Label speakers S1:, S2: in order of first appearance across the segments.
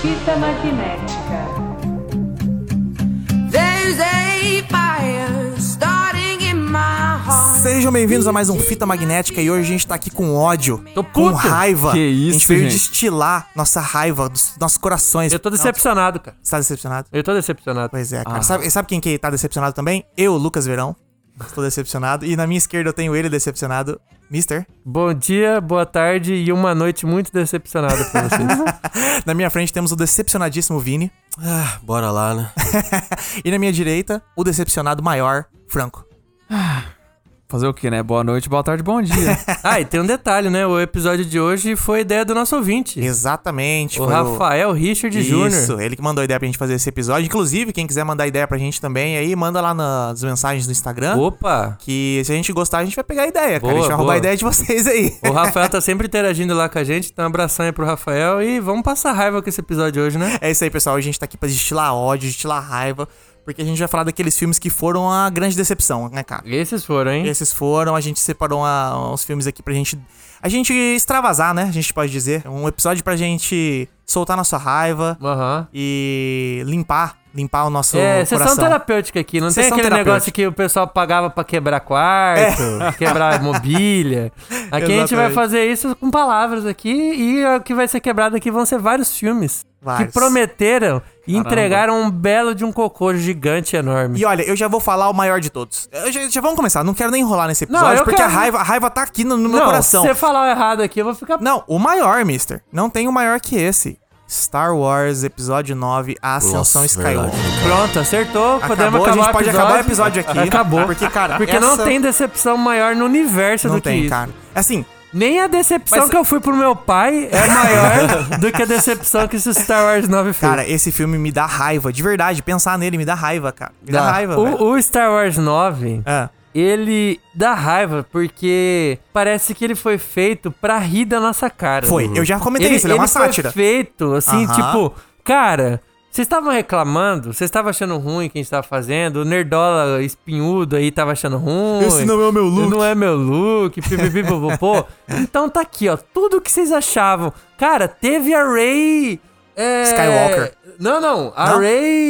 S1: Fita magnética.
S2: There's a fire starting in my heart.
S3: Sejam bem-vindos a mais um Fita Magnética e hoje a gente tá aqui com ódio,
S4: Tô
S3: com
S4: puto.
S3: raiva.
S5: Que
S3: a gente
S5: isso,
S3: veio
S5: gente.
S3: destilar nossa raiva dos nossos corações.
S4: Eu tô decepcionado, cara.
S3: Você tá decepcionado?
S4: Eu tô decepcionado.
S3: Pois é, cara.
S5: Ah.
S3: Sabe, sabe quem que tá decepcionado também? Eu, Lucas Verão. Estou decepcionado. E na minha esquerda eu tenho ele decepcionado, Mister.
S4: Bom dia, boa tarde e uma noite muito decepcionada pra vocês.
S3: Na minha frente temos o decepcionadíssimo Vini.
S5: Ah, bora lá, né?
S3: E na minha direita, o decepcionado maior, Franco.
S5: Fazer o que, né? Boa noite, boa tarde, bom dia.
S4: ah, e tem um detalhe, né? O episódio de hoje foi ideia do nosso ouvinte.
S3: Exatamente.
S4: O
S3: foi
S4: Rafael Richard Jr.
S3: Isso, ele que mandou a ideia pra gente fazer esse episódio. Inclusive, quem quiser mandar ideia pra gente também, aí manda lá nas mensagens do Instagram.
S4: Opa!
S3: Que se a gente gostar, a gente vai pegar a ideia, cara.
S4: Boa,
S3: A gente vai roubar a
S4: boa.
S3: ideia de vocês aí.
S4: O Rafael tá sempre interagindo lá com a gente, então um abração aí pro Rafael e vamos passar raiva com esse episódio hoje, né?
S3: É isso aí, pessoal. A gente tá aqui pra destilar ódio, destilar raiva. Porque a gente vai falar daqueles filmes que foram a grande decepção, né, cara?
S4: Esses foram, hein?
S3: Esses foram, a gente separou uma- uns filmes aqui pra gente. A gente extravasar, né? A gente pode dizer. Um episódio pra gente soltar nossa raiva
S4: Aham.
S3: e limpar. Limpar o nosso
S4: É, sessão
S3: um coração.
S4: terapêutica aqui, não
S3: Sessão
S4: tem aquele
S3: terapêutica. É.
S4: negócio que o pessoal pagava pra quebrar quarto, quebrar mobília. Aqui a gente vai
S3: Exatamente.
S4: fazer isso com palavras aqui e é o que vai ser quebrado aqui vão ser vários filmes
S3: Vários.
S4: que prometeram e entregaram um belo de um cocô gigante enorme.
S3: E olha, eu já vou falar o maior de todos. Eu já, já vamos começar, não quero nem enrolar nesse
S4: Não,
S3: episódio,
S4: eu
S3: porque a,
S4: quero- né?
S3: raiva, a raiva tá aqui no, no meu
S4: não,
S3: coração.
S4: se você falar errado aqui, eu vou ficar...
S3: Não, o maior, mister. Não tem o maior que esse. Star Wars Episódio 9, A Ascensão
S5: Nossa,
S3: Skywalker.
S5: verdade.
S4: Pronto, acertou,
S3: Acabou, a
S4: podemos acabar
S3: gente
S4: o
S3: pode
S4: episódio.
S3: acabar o episódio aqui.
S4: Acabou.
S3: Porque, cara,
S4: Porque
S3: essa-
S4: não tem decepção maior no universo
S3: Não
S4: do que
S3: tem,
S4: isso.
S3: cara. Assim,
S4: Nem a decepção
S5: Mas-
S4: que eu fui pro meu pai é maior do que a decepção que esse Star Wars 9 fez.
S3: cara, esse filme me dá raiva, de verdade. Pensar nele me dá raiva, cara. Me dá, raiva, velho.
S4: o, o Star Wars 9,
S3: Ah,
S4: ele dá raiva porque parece que ele foi feito pra rir da nossa cara.
S3: foi,
S5: Uhum.
S3: eu já comentei
S4: Ele,
S3: isso, ele é uma
S4: ele foi
S3: sátira.
S4: feito, assim,
S3: Aham.
S4: tipo, cara, vocês estavam reclamando, vocês estavam achando ruim quem estava fazendo, o nerdola espinhudo aí tava achando ruim.
S3: Esse não é o meu look.
S4: Não é meu look, pipipipopopô. então tá aqui, ó, tudo que vocês achavam. Cara, teve a Ray... é,
S3: Skywalker.
S4: Não, não, a
S3: Não?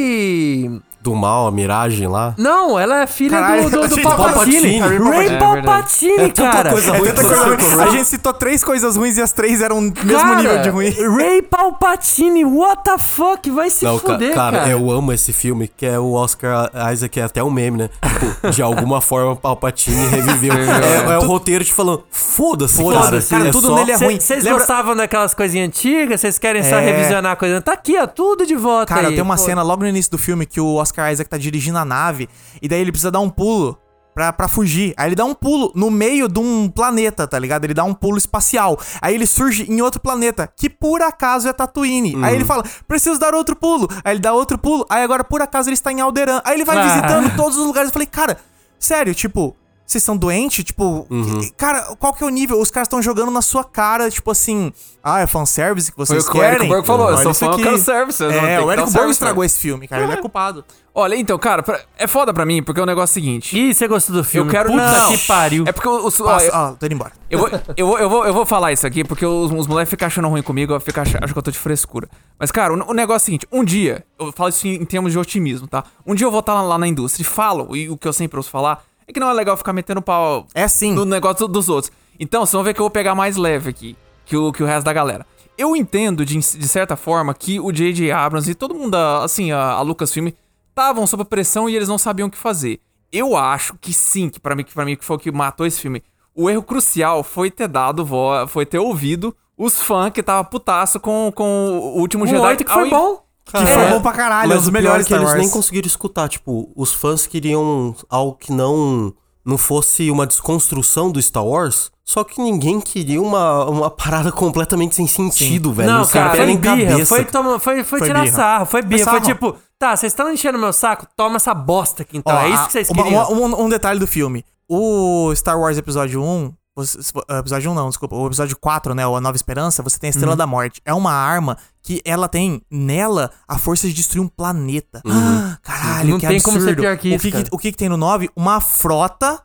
S4: Ray...
S5: Do mal, a miragem lá.
S4: Não, ela é filha
S3: Caralho,
S4: do, do, do
S3: gente,
S4: Palpatine.
S5: Palpatine.
S4: Ray
S5: É
S4: Palpatine, cara.
S3: É tanta coisa
S5: aconteceu
S3: ruim.
S5: com o
S3: A
S5: Ray.
S3: gente citou três coisas ruins e as três eram do mesmo
S4: Cara,
S3: nível de ruim.
S4: Ray Palpatine, what the fuck? Vai se
S5: Não, ca-
S4: fuder,
S5: cara, é
S4: cara.
S5: eu amo esse filme, que é o Oscar Isaac, é até um meme, né? Tipo, de alguma forma o Palpatine reviveu. é, é o roteiro te falando, foda-se, cara.
S4: Foda-se. Cara,
S3: tudo nele é
S4: Cê-
S3: ruim.
S4: Vocês
S3: Lembra-
S4: gostavam daquelas coisinhas antigas? Vocês querem só
S3: É.
S4: revisionar a coisa? Tá aqui, ó, tudo de volta
S3: Cara,
S4: aí.
S3: tem uma
S4: Pô,
S3: cena logo no início do filme que o Oscar Isaac tá dirigindo a nave e daí ele precisa dar um pulo pra, pra fugir. Aí ele dá um pulo no meio de um planeta, tá ligado? Ele dá um pulo espacial. Aí ele surge em outro planeta, que por acaso é Tatooine. Aí ele fala, preciso dar outro pulo. Aí ele dá outro pulo. Aí agora por acaso ele está em Alderan. Aí ele vai
S4: Ah.
S3: visitando todos os lugares. Eu falei, cara, sério, tipo... Vocês são doentes? Tipo, cara, qual que é o nível? Os caras estão jogando na sua cara, tipo assim, ah, é fanservice que vocês
S6: o que o
S3: querem?
S6: Eric Borg falou,
S3: Olha
S6: só
S3: isso
S6: foi um
S3: aqui.
S6: fanservice, não tem
S3: É,
S6: que
S3: o Eric
S6: dar um
S3: Borg
S6: service,
S3: estragou
S6: né?
S3: esse filme, cara. Ele é culpado.
S6: Olha, então, cara, pra- é foda pra mim, porque o negócio é o seguinte.
S4: Ih, você gostou do filme?
S6: Eu quero
S4: Puta
S6: não.
S4: que pariu.
S6: É porque os. ó,
S3: Passa,
S6: eu,
S3: ó, tô indo embora.
S6: eu vou, eu, vou, eu, vou, eu vou falar isso aqui, porque os, os moleques ficam achando ruim comigo, ficam achando, acham que eu tô de frescura. Mas, cara, o, o negócio é o seguinte: um dia, eu falo isso em, em termos de otimismo, tá? Um dia eu vou estar lá, lá na indústria e falo, e o que eu sempre ouço falar, é que não é legal ficar metendo pau
S3: É sim.
S6: no negócio dos outros. Então, vocês vão ver que eu vou pegar mais leve aqui que o, que o resto da galera. Eu entendo, de, de certa forma, que o J.J. Abrams e todo mundo, a- assim, a, a Lucasfilm, estavam sob pressão e eles não sabiam o que fazer. Eu acho que sim, que pra mim, que pra mim que foi o que matou esse filme. O erro crucial foi ter dado, vo- foi ter ouvido os fãs que tava putaço com, com o último
S4: Um
S6: Jedi.
S4: oito que foi
S6: ao-
S4: bom.
S3: Que foi bom pra caralho, é um
S5: Mas
S3: dos
S5: o melhor é
S3: melhores
S5: que
S3: Star
S5: eles
S3: Wars.
S5: nem conseguiram escutar. Tipo, os fãs queriam algo que não, não fosse uma desconstrução do Star Wars. Só que ninguém queria uma, uma parada completamente sem sentido, velho.
S4: Não,
S5: Os caras
S4: cara, foi
S5: querem
S4: birra,
S5: cabeça.
S4: foi, toma, foi, foi,
S3: Foi
S4: tirar
S3: birra.
S4: sarro, foi birra,
S3: sarro.
S4: foi tipo, tá, vocês estão enchendo meu saco, toma essa bosta aqui então,
S3: Ó,
S4: é isso
S3: a-
S4: que vocês
S3: uma- um
S4: queriam.
S3: uma- um, um detalhe do filme. O Star Wars Episódio 1, Você, se- ah, episódio 1 não, desculpa. O episódio 4, né? O A Nova Esperança, você tem a Estrela da Morte. É uma arma que ela tem nela a força de destruir um planeta. Ah, Caralho,
S4: Não
S3: que
S4: tem como
S3: absurdo.
S4: ser pior que
S3: o,
S4: isso,
S3: que, que-
S4: cara.
S3: o que, que tem no 9? Uma frota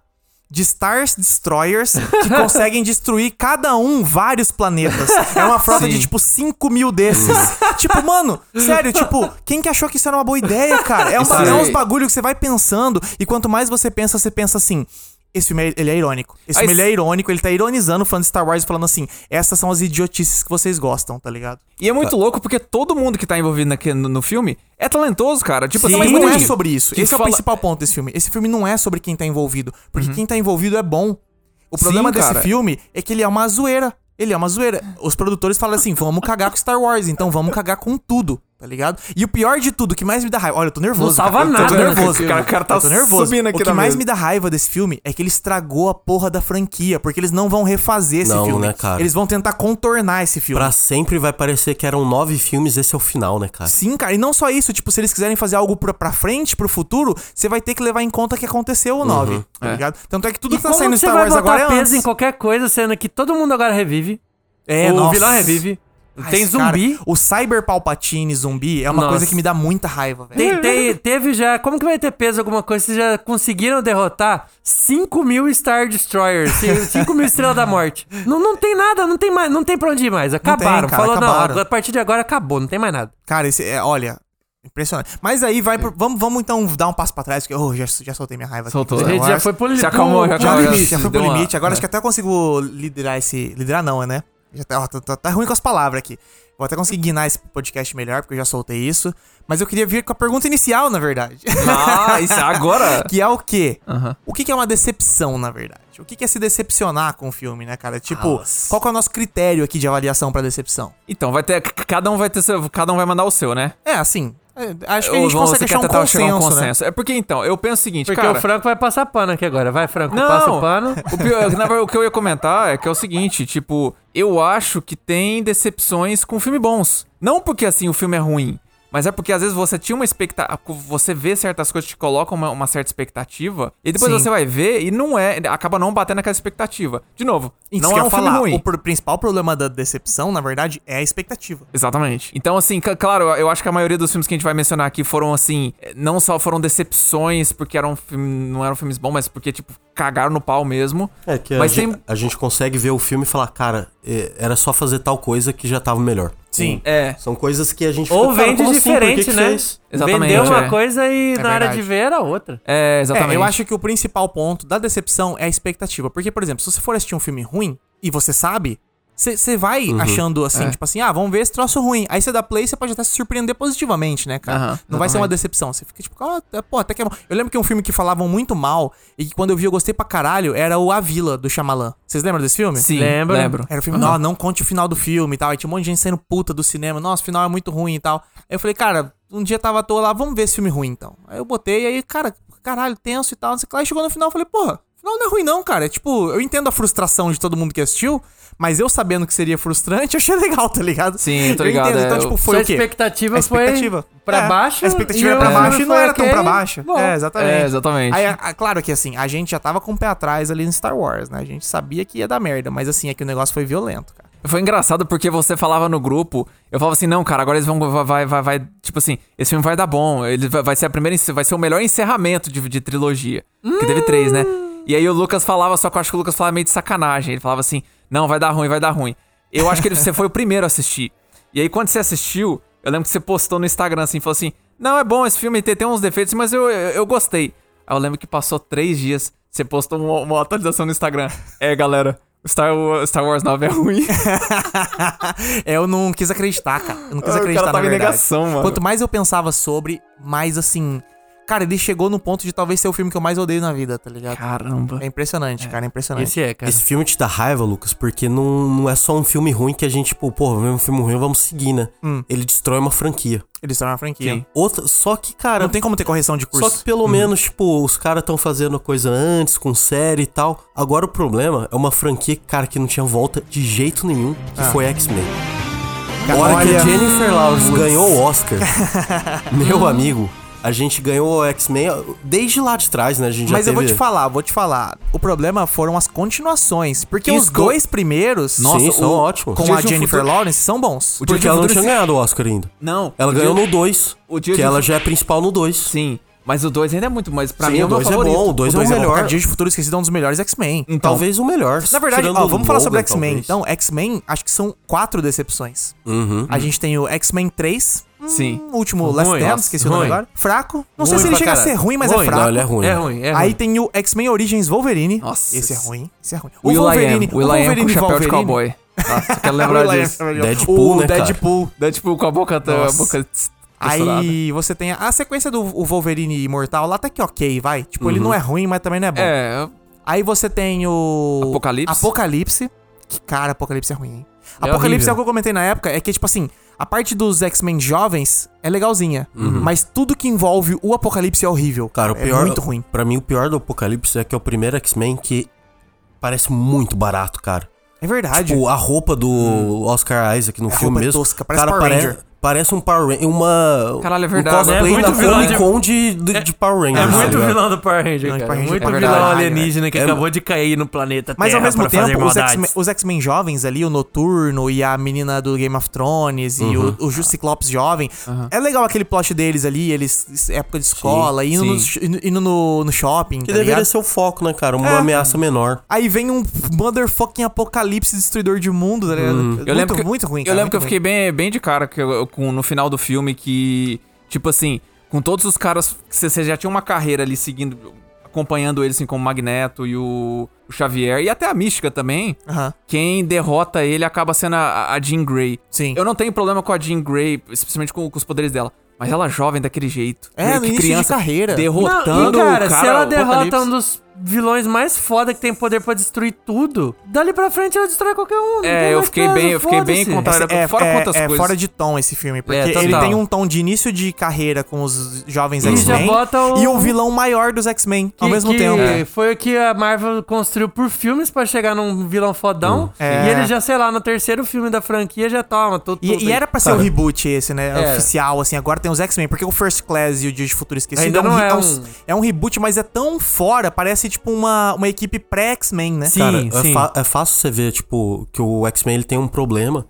S3: de Stars Destroyers que conseguem destruir cada um vários planetas. É uma frota de, tipo, 5 mil desses. tipo, mano, sério, tipo, quem que achou que isso era uma boa ideia, cara? É, um,
S6: Isso
S3: ba- é
S6: aí.
S3: uns bagulho que você vai pensando, e quanto mais você pensa, você pensa assim... Esse filme, ele é irônico. Esse
S6: Mas-
S3: filme, ele é irônico. Ele tá ironizando o fã de Star Wars, falando assim, essas são as idiotices que vocês gostam, tá ligado?
S6: E é muito louco porque todo mundo que tá envolvido naque- no, no filme é talentoso, cara. Tipo,
S3: Sim,
S6: tem
S3: mas
S6: muita
S3: não é
S6: gente que-
S3: sobre isso.
S6: que
S3: Esse é o
S6: fala- Uhum.
S3: principal ponto desse filme. Esse filme não é sobre quem tá envolvido. Porque quem tá envolvido é bom. O
S6: Sim,
S3: problema desse
S6: cara.
S3: filme é que ele é uma zoeira. Ele é uma zoeira. Os produtores falam assim: vamos cagar com Star Wars, então vamos cagar com tudo, tá ligado? E o pior de tudo, o que mais me dá raiva. Olha, eu tô nervoso.
S4: Não salva
S3: cara. Eu tô
S4: nada, né,
S3: nervoso.
S6: cara? O cara tá
S3: Eu tô nervoso.
S6: subindo aqui
S3: O que
S6: na
S3: mais
S6: mesa.
S3: me dá raiva desse filme é que ele estragou a porra da franquia, porque eles não vão refazer esse
S5: Não,
S3: filme.
S5: né, cara?
S3: Eles vão tentar contornar esse filme.
S5: Pra sempre vai parecer que eram nove filmes, esse é o final, né, cara?
S3: Sim, cara, e não só isso, tipo, se eles quiserem fazer algo pra, pra frente, pro futuro, você vai ter que levar em conta que aconteceu o 9,
S4: Uhum,
S3: tá
S6: É.
S3: ligado? Tanto é que tudo
S4: E
S3: que tá
S4: como
S3: saindo
S4: você
S3: em Star
S4: vai
S3: Wars
S4: botar
S3: agora é
S4: peso em
S3: antes.
S4: qualquer coisa, sendo que todo mundo agora revive?
S3: É,
S4: o
S3: nossa.
S4: vilão revive.
S3: Ai,
S4: tem
S3: cara,
S4: zumbi.
S3: o Cyber Palpatine zumbi é uma
S4: Nossa.
S3: coisa que me dá muita raiva, velho.
S4: Tem- tem- teve já. Como que vai ter peso alguma coisa? Vocês já conseguiram derrotar 5 mil Star Destroyers, 5 mil Estrelas da Morte. Não, não tem nada, não tem mais, não tem pra onde ir mais.
S3: cara,
S4: Acabaram. Falou, não,
S3: acabaram.
S4: agora- a partir de agora acabou, não tem mais nada.
S3: Cara, esse é, olha, impressionante. Mas aí vai, pro- vamos, vamos então dar um passo pra trás, porque eu já, já soltei minha raiva. aqui
S6: Soltou.
S3: com
S4: A
S3: Star
S4: gente já
S3: Wars.
S4: foi pro
S6: Se acalmou, já
S3: Já
S6: Agora
S3: limite, já
S6: sim,
S3: foi pro
S6: deu uma-
S3: limite. Agora
S6: é.
S3: acho que até eu consigo liderar esse. Liderar não, né? Já tá, ó, tá- tá- tá ruim com as palavras aqui. Vou até conseguir guinar esse podcast melhor, porque eu já soltei isso. Mas eu queria vir com a pergunta inicial, na verdade.
S6: Ah, isso agora?
S3: que é o quê?
S6: Aham.
S3: O que, que é uma decepção, na verdade? O que, que é se decepcionar com o filme, né, cara? Tipo,
S6: Ah,
S5: Nossa.
S3: qual que é o nosso critério aqui de avaliação pra decepção?
S6: Então, vai ter. c- Cada um vai ter seu. Cada um vai mandar o seu, né?
S3: É, assim. é, Acho que a
S6: Ou
S3: gente
S6: vão-
S3: consegue
S6: você
S3: achar um
S6: quer tentar
S3: consenso,
S6: chegar a um
S3: né?
S6: consenso. É porque então, eu penso o seguinte,
S4: Porque
S6: cara.
S4: o Franco vai passar pano aqui agora. Vai, Franco,
S6: Não.
S4: passa o pano.
S6: O, pior- na verdade, o que eu ia comentar é que é o seguinte, tipo, eu acho que tem decepções com filme bons. Não porque assim o filme é ruim, mas é porque às vezes você tinha uma expectativa, você vê certas coisas, te coloca uma, uma certa expectativa, e depois
S3: Sim.
S6: você vai ver e não é, acaba não batendo aquela expectativa. De novo,
S3: Isso
S6: não
S3: que
S6: é
S3: eu
S6: um
S3: ia falar,
S6: filme ruim.
S3: O pro- principal problema da decepção, na verdade, é a expectativa.
S6: Exatamente. Então, assim, c- claro, eu acho que a maioria dos filmes que a gente vai mencionar aqui foram, assim, eh, não só foram decepções porque eram filme- não eram filmes bons, mas porque, tipo, cagaram no pau mesmo.
S5: É que
S6: Mas
S5: a,
S6: tem-
S5: gente, a gente consegue ver o filme e falar, cara, é, era só fazer tal coisa que já tava melhor.
S3: Sim.
S6: É.
S5: São coisas que a gente
S4: Ou
S5: fica, cara,
S4: vende
S5: como assim? Por que
S4: diferente,
S5: que
S4: né?
S5: fez?
S6: Exatamente,
S4: Vendeu uma
S6: é.
S4: coisa e na hora de
S3: verdade.
S4: ver era outra.
S6: É,
S3: É,
S6: exatamente.
S3: eu acho que o principal ponto da decepção é a expectativa. Porque, por exemplo, se você for assistir um filme ruim e você sabe, você vai
S6: Uhum.
S3: achando assim,
S6: É.
S3: tipo assim, ah, vamos ver esse troço ruim. Aí você dá play e você pode até se surpreender positivamente, né, cara?
S6: Aham,
S3: Não vai ser
S6: exatamente.
S3: uma decepção. Você fica tipo, ah, tá- pô, até que é bom. Eu lembro que um filme que falavam muito mal e que quando eu vi eu gostei pra caralho era o A Vila, do Shyamalan. Vocês lembram desse filme?
S6: Sim,
S4: Lembra?
S6: lembro.
S3: Era o filme, não, não conte o final do filme e tal. Aí tinha um monte de gente saindo puta do cinema. Nossa, o final é muito ruim e tal. Aí eu falei, cara, um dia tava à toa lá, vamos ver esse filme ruim então. Aí eu botei, aí, cara, caralho, tenso e tal. Não sei o que lá. Aí chegou no final, eu falei, porra, o final não é ruim não, cara. É tipo, eu entendo a frustração de todo mundo que assistiu, mas eu sabendo que seria frustrante, eu achei legal, tá ligado?
S6: Sim, tô
S3: Eu
S6: ligado,
S3: entendo.
S6: é,
S3: Então,
S6: eu-
S3: tipo, foi
S4: Sua
S3: o quê?
S4: expectativa
S3: A É,
S4: foi pra baixo
S3: A expectativa
S4: e
S3: era pra
S4: o
S3: baixo e não
S4: foi
S3: era tão
S4: ok,
S3: pra baixo.
S4: bom.
S3: É, exatamente.
S6: É, exatamente.
S3: Aí, a- a- claro que assim, a gente já tava com o pé atrás ali no Star Wars, né? A gente sabia que ia dar merda, mas assim, é que o negócio foi violento, cara.
S6: Foi engraçado porque você falava no grupo, eu falava assim, não, cara, agora eles vão, vai, vai, vai, vai- tipo assim, esse filme vai dar bom, ele vai, vai ser a primeira, vai ser o melhor encerramento de, de trilogia, que teve três, né? E aí o Lucas falava, só que eu acho que o Lucas falava meio de sacanagem, ele falava assim, não, vai dar ruim, vai dar ruim. Eu acho que ele, você foi o primeiro a assistir. E aí quando você assistiu, eu lembro que você postou no Instagram assim, falou assim, não, é bom esse filme, tem, tem uns defeitos, mas eu, eu, eu gostei. Aí eu lembro que passou três dias, você postou uma, uma atualização no Instagram, é galera... Star, Wa- Star Wars 9 é ruim.
S3: É, eu não quis acreditar, cara. Eu não quis
S6: Ah, o
S3: acreditar,
S6: cara
S3: na
S6: tava em
S3: verdade.
S6: negação, mano.
S3: Quanto mais eu pensava sobre, mais assim... Cara, ele chegou no ponto de talvez ser o filme que eu mais odeio na vida, tá ligado?
S6: Caramba.
S3: É impressionante, cara, é impressionante.
S4: Esse é, cara.
S5: Esse filme te dá raiva, Lucas, porque não, não é só um filme ruim que a gente, tipo, pô, vamos ver um filme ruim, vamos seguir, né? Ele destrói uma franquia.
S3: Ele se torna uma franquia.
S6: Sim.
S5: Outra, só que, cara,
S3: Não tem como ter correção de curso.
S5: Só que pelo menos, tipo, os caras estão fazendo coisa antes, com série e tal. Agora o problema é uma franquia, cara, que não tinha volta de jeito nenhum, que foi X-Men. A hora que a Jennifer Lawrence ganhou o Oscar, meu amigo, A gente ganhou o X-Men desde lá de trás, né? A gente já
S3: Mas eu vou
S5: teve-
S3: te falar, vou te falar. O problema foram as continuações. Porque os
S5: Isso, do-
S3: dois primeiros.
S5: Nossa,
S3: Sim,
S5: são
S3: o-
S5: ótimos.
S3: Com
S5: Dias
S3: a
S6: de um
S3: Jennifer
S6: Futuro-
S3: Lawrence são bons.
S6: O
S5: Porque
S6: Dia do
S5: ela não
S6: Futuro
S5: tinha ganhado o um Oscar ainda.
S6: Não.
S5: Ela
S6: o
S5: ganhou
S6: Dia-
S5: no 2,
S6: o Dia
S5: que
S6: de um
S5: ela
S6: Fu-
S5: já é principal no 2.
S6: Sim, mas o 2 ainda é muito, mas pra
S5: Sim,
S6: mim é o
S5: o
S6: meu
S5: dois é
S6: favorito.
S5: bom, o dois
S3: O
S5: é o
S3: dois
S5: melhor.
S3: cara, Dias de Futuro Esquecido é um dos melhores X-Men. Então,
S5: Talvez o melhor.
S3: Na verdade, ó,
S5: tirando
S3: vamos falar sobre
S5: Logan,
S3: X-Men.
S5: talvez.
S3: Então, X-Men, acho que são quatro decepções. A gente tem o X-Men 3. hum,
S6: Sim.
S3: O último Last
S4: Ruim,
S3: Dance,
S4: nossa,
S3: esqueci o nome
S4: ruim.
S3: agora. Fraco. Não sei
S4: Ruim
S3: se ele
S4: pra
S3: chega a
S4: caralho.
S3: ser ruim, mas é
S5: Ruim,
S3: fraco.
S5: Não, ele é ruim.
S4: É ruim, é ruim.
S3: Aí tem o X-Men Origins Wolverine.
S6: Nossa.
S3: Esse é ruim. Esse é ruim.
S6: O Will
S3: Wolverine.
S6: I Am, o Will I Am com o
S3: Wolverine
S6: chapéu de
S3: Wolverine.
S6: cowboy. Nossa, eu quero
S3: O
S6: lembrar
S3: Will I Am,
S6: disso.
S5: Deadpool,
S6: o
S5: né, cara?
S6: Deadpool, Deadpool com a boca, a
S3: Nossa.
S6: boca costurada.
S3: Aí você tem a, a sequência do o Wolverine Imortal lá, até que ok, vai. Tipo, ele não é ruim, mas também não é bom.
S6: É,
S3: Aí você tem o.
S6: Apocalipse.
S3: Apocalipse. Que cara, Apocalipse é ruim, hein?
S6: É
S3: Apocalipse
S6: horrível.
S3: é o que eu comentei na época, é que, tipo assim, a parte dos X-Men jovens é legalzinha. Mas tudo que envolve o Apocalipse é horrível.
S5: Cara, o pior.
S3: É muito ruim.
S5: Pra mim, o pior do Apocalipse é que é o primeiro X-Men que parece muito barato, cara.
S3: É verdade. Hum.
S5: Tipo, a roupa do Oscar Isaac no
S3: A
S5: filme
S3: roupa é
S5: mesmo.
S3: tosca, parece
S5: cara,
S3: Power
S5: pare-
S3: Ranger.
S5: Parece um Power Ranger. Uma.
S6: Caralho, é
S5: Um
S6: verdade,
S5: cosplay
S4: né? É
S5: da
S4: muito vilão
S5: Comic
S4: de-
S5: Con de, de, de Power
S4: É
S5: Ranger. tá
S4: muito
S5: ligado?
S4: vilão do Power
S3: Não,
S4: Ranger, cara.
S3: Power Ranger
S4: muito
S6: é verdade.
S4: vilão alienígena que
S5: É-
S4: acabou de cair no planeta
S6: É,
S3: Mas ao
S4: Terra
S3: mesmo
S4: pra fazer
S3: tempo, os
S4: maldades.
S3: X-Men- os X-Men jovens ali, o Noturno e a menina do Game of Thrones e
S6: Uhum.
S3: o, o Ju- Ciclopes jovem, é legal aquele plot deles ali, eles é época de escola, indo, no,
S6: sim.
S3: sh- indo- indo no, no shopping,
S5: Que
S3: tá
S5: deveria
S3: ligado?
S5: ser o foco, né, cara? Uma
S4: É.
S5: ameaça menor.
S3: Aí vem um motherfucking apocalipse destruidor de mundo, tá ligado?
S6: Uhum. Eu lembro
S3: muito,
S6: que,
S3: muito ruim,
S6: Eu
S3: cara,
S6: lembro que eu
S3: muito
S6: fiquei bem, bem de cara que eu- eu- com, no final do filme que, tipo assim, com todos os caras que você- você já tinha uma carreira ali seguindo, acompanhando eles, assim, como o Magneto e o, o Xavier, e até a Mística
S3: ruim.
S6: também.
S3: Aham.
S6: Quem derrota ele acaba sendo a, a Jean Grey.
S3: Sim.
S6: Eu não tenho problema com a Jean Grey, especialmente com, com os poderes dela. Mas ela é jovem daquele jeito.
S3: É, no
S6: Que
S3: início de carreira.
S6: Derrotando
S4: não, e,
S6: o
S4: cara,
S6: cara.
S4: se ela
S6: o
S4: derrota
S6: Apocalipse.
S4: um dos vilões mais foda que tem poder pra destruir tudo, dali pra frente ela destrói qualquer um. não
S6: É,
S4: tem
S6: eu
S4: mais
S6: fiquei
S4: caso,
S6: bem- eu fiquei bem
S4: foda-se.
S6: contra- Cara,
S3: é,
S6: fora
S3: é-
S6: quantas
S3: é
S6: coisas.
S3: fora de tom esse filme, porque
S6: É,
S3: ele
S6: total.
S3: tem um tom de início de carreira com os jovens
S4: E já
S3: X-Men
S4: bota o-
S3: e
S6: um
S3: o vilão maior dos X-Men ao
S4: Que-
S3: mesmo
S4: que
S3: tempo.
S6: é,
S4: Foi o que a Marvel construiu por filmes pra chegar num vilão fodão.
S3: É.
S4: E ele já, sei lá, no terceiro filme da franquia já toma. Tô,
S3: E,
S4: tudo
S3: e
S4: aí.
S3: era pra ser o reboot esse, né?
S4: Era.
S3: Oficial, assim. Agora tem os X-Men. Porque o First Class e o Dia de Futuro Esquecido
S4: Ainda
S3: é, um,
S4: não
S3: re-
S4: é
S3: é um-
S4: um-
S3: é um reboot, mas é tão fora. Parece, tipo, uma, uma equipe pré-X-Men, né?
S4: Sim.
S5: Cara,
S4: sim.
S5: É, fa- é fácil você ver, tipo, que o X-Men ele tem um problema.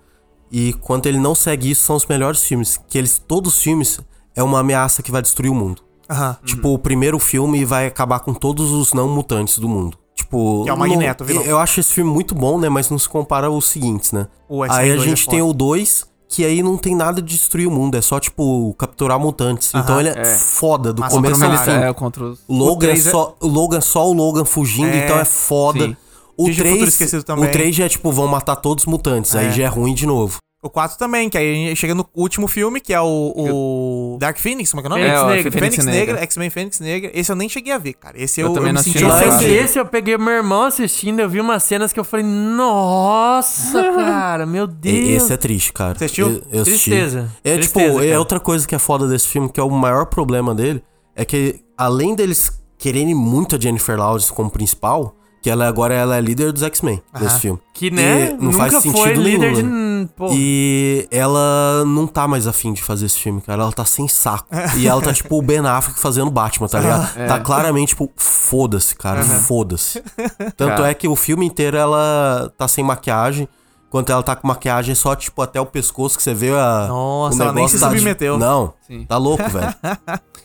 S5: E quando ele não segue isso, são os melhores filmes. Que eles, todos os filmes, é uma ameaça que vai destruir o mundo.
S3: Aham.
S5: Tipo, o primeiro filme vai acabar com todos os não mutantes do mundo. Tipo.
S3: Que é o Magneto,
S5: não-
S3: vilão.
S5: Eu acho esse filme muito bom, né? Mas não se compara aos seguintes, né?
S3: O X-Men
S5: aí a
S3: 2 é
S5: gente
S3: foda.
S5: tem o 2, que aí não tem nada de destruir o mundo. É só, tipo, capturar mutantes. então ele é,
S6: é.
S5: foda do
S3: Mas
S5: começo ao
S3: como
S6: Como
S3: ele
S5: fim.
S6: eles-
S3: Cara,
S6: é, contra os-
S5: O Logan, é
S3: três é-
S5: só, o Logan só o Logan fugindo,
S3: É,
S5: então é foda.
S6: sim.
S5: O
S3: Dia de Futuro
S5: 3,
S3: Esquecido
S5: o
S3: também.
S5: 3 já é tipo, vão matar todos os mutantes,
S3: É.
S5: aí já é ruim de novo.
S3: O 4 também, que aí chega no último filme, que é o, o Dark Phoenix, como é que é o nome?
S4: Fênix
S6: É, ó,
S4: Negra.
S3: Fênix,
S6: Fênix
S3: Negra,
S6: Negra.
S3: X-Men Fênix Negra. Esse eu nem cheguei a ver, cara. Esse eu, um
S6: Eu também
S3: eu
S6: não assisti,
S3: lá
S5: não,
S3: em
S5: cara.
S4: Esse, é
S3: casa.
S4: esse eu peguei meu irmão assistindo, eu vi umas cenas que eu falei, nossa, cara, meu
S5: E-
S4: Deus.
S5: Esse é triste, cara.
S3: Você assistiu?
S5: Eu, eu assisti.
S4: Tristeza.
S5: É
S4: Tristeza,
S5: tipo,
S4: cara.
S5: é outra coisa que é foda desse filme, que é o maior problema dele, é que além deles quererem muito a Jennifer Lawrence como principal, que ela agora ela é líder dos X-Men nesse filme.
S4: Que, né,
S5: E
S4: nunca foi líder de...
S5: né?
S4: hum, Pô,
S5: E ela não tá mais afim de fazer esse filme, cara. Ela tá sem saco. E ela tá, tipo, o Ben Affleck fazendo Batman, tá ligado? Tá claramente, tipo, foda-se, cara. Foda-se. Tanto
S6: Cara.
S5: é que o filme inteiro ela tá sem maquiagem. Enquanto ela tá com maquiagem, é só, tipo, até o pescoço que você vê a.
S3: Nossa,
S5: o
S3: ela nem
S5: negócio
S3: se
S5: tá de-
S3: submeteu.
S5: Não.
S6: Sim.
S5: Tá louco, velho.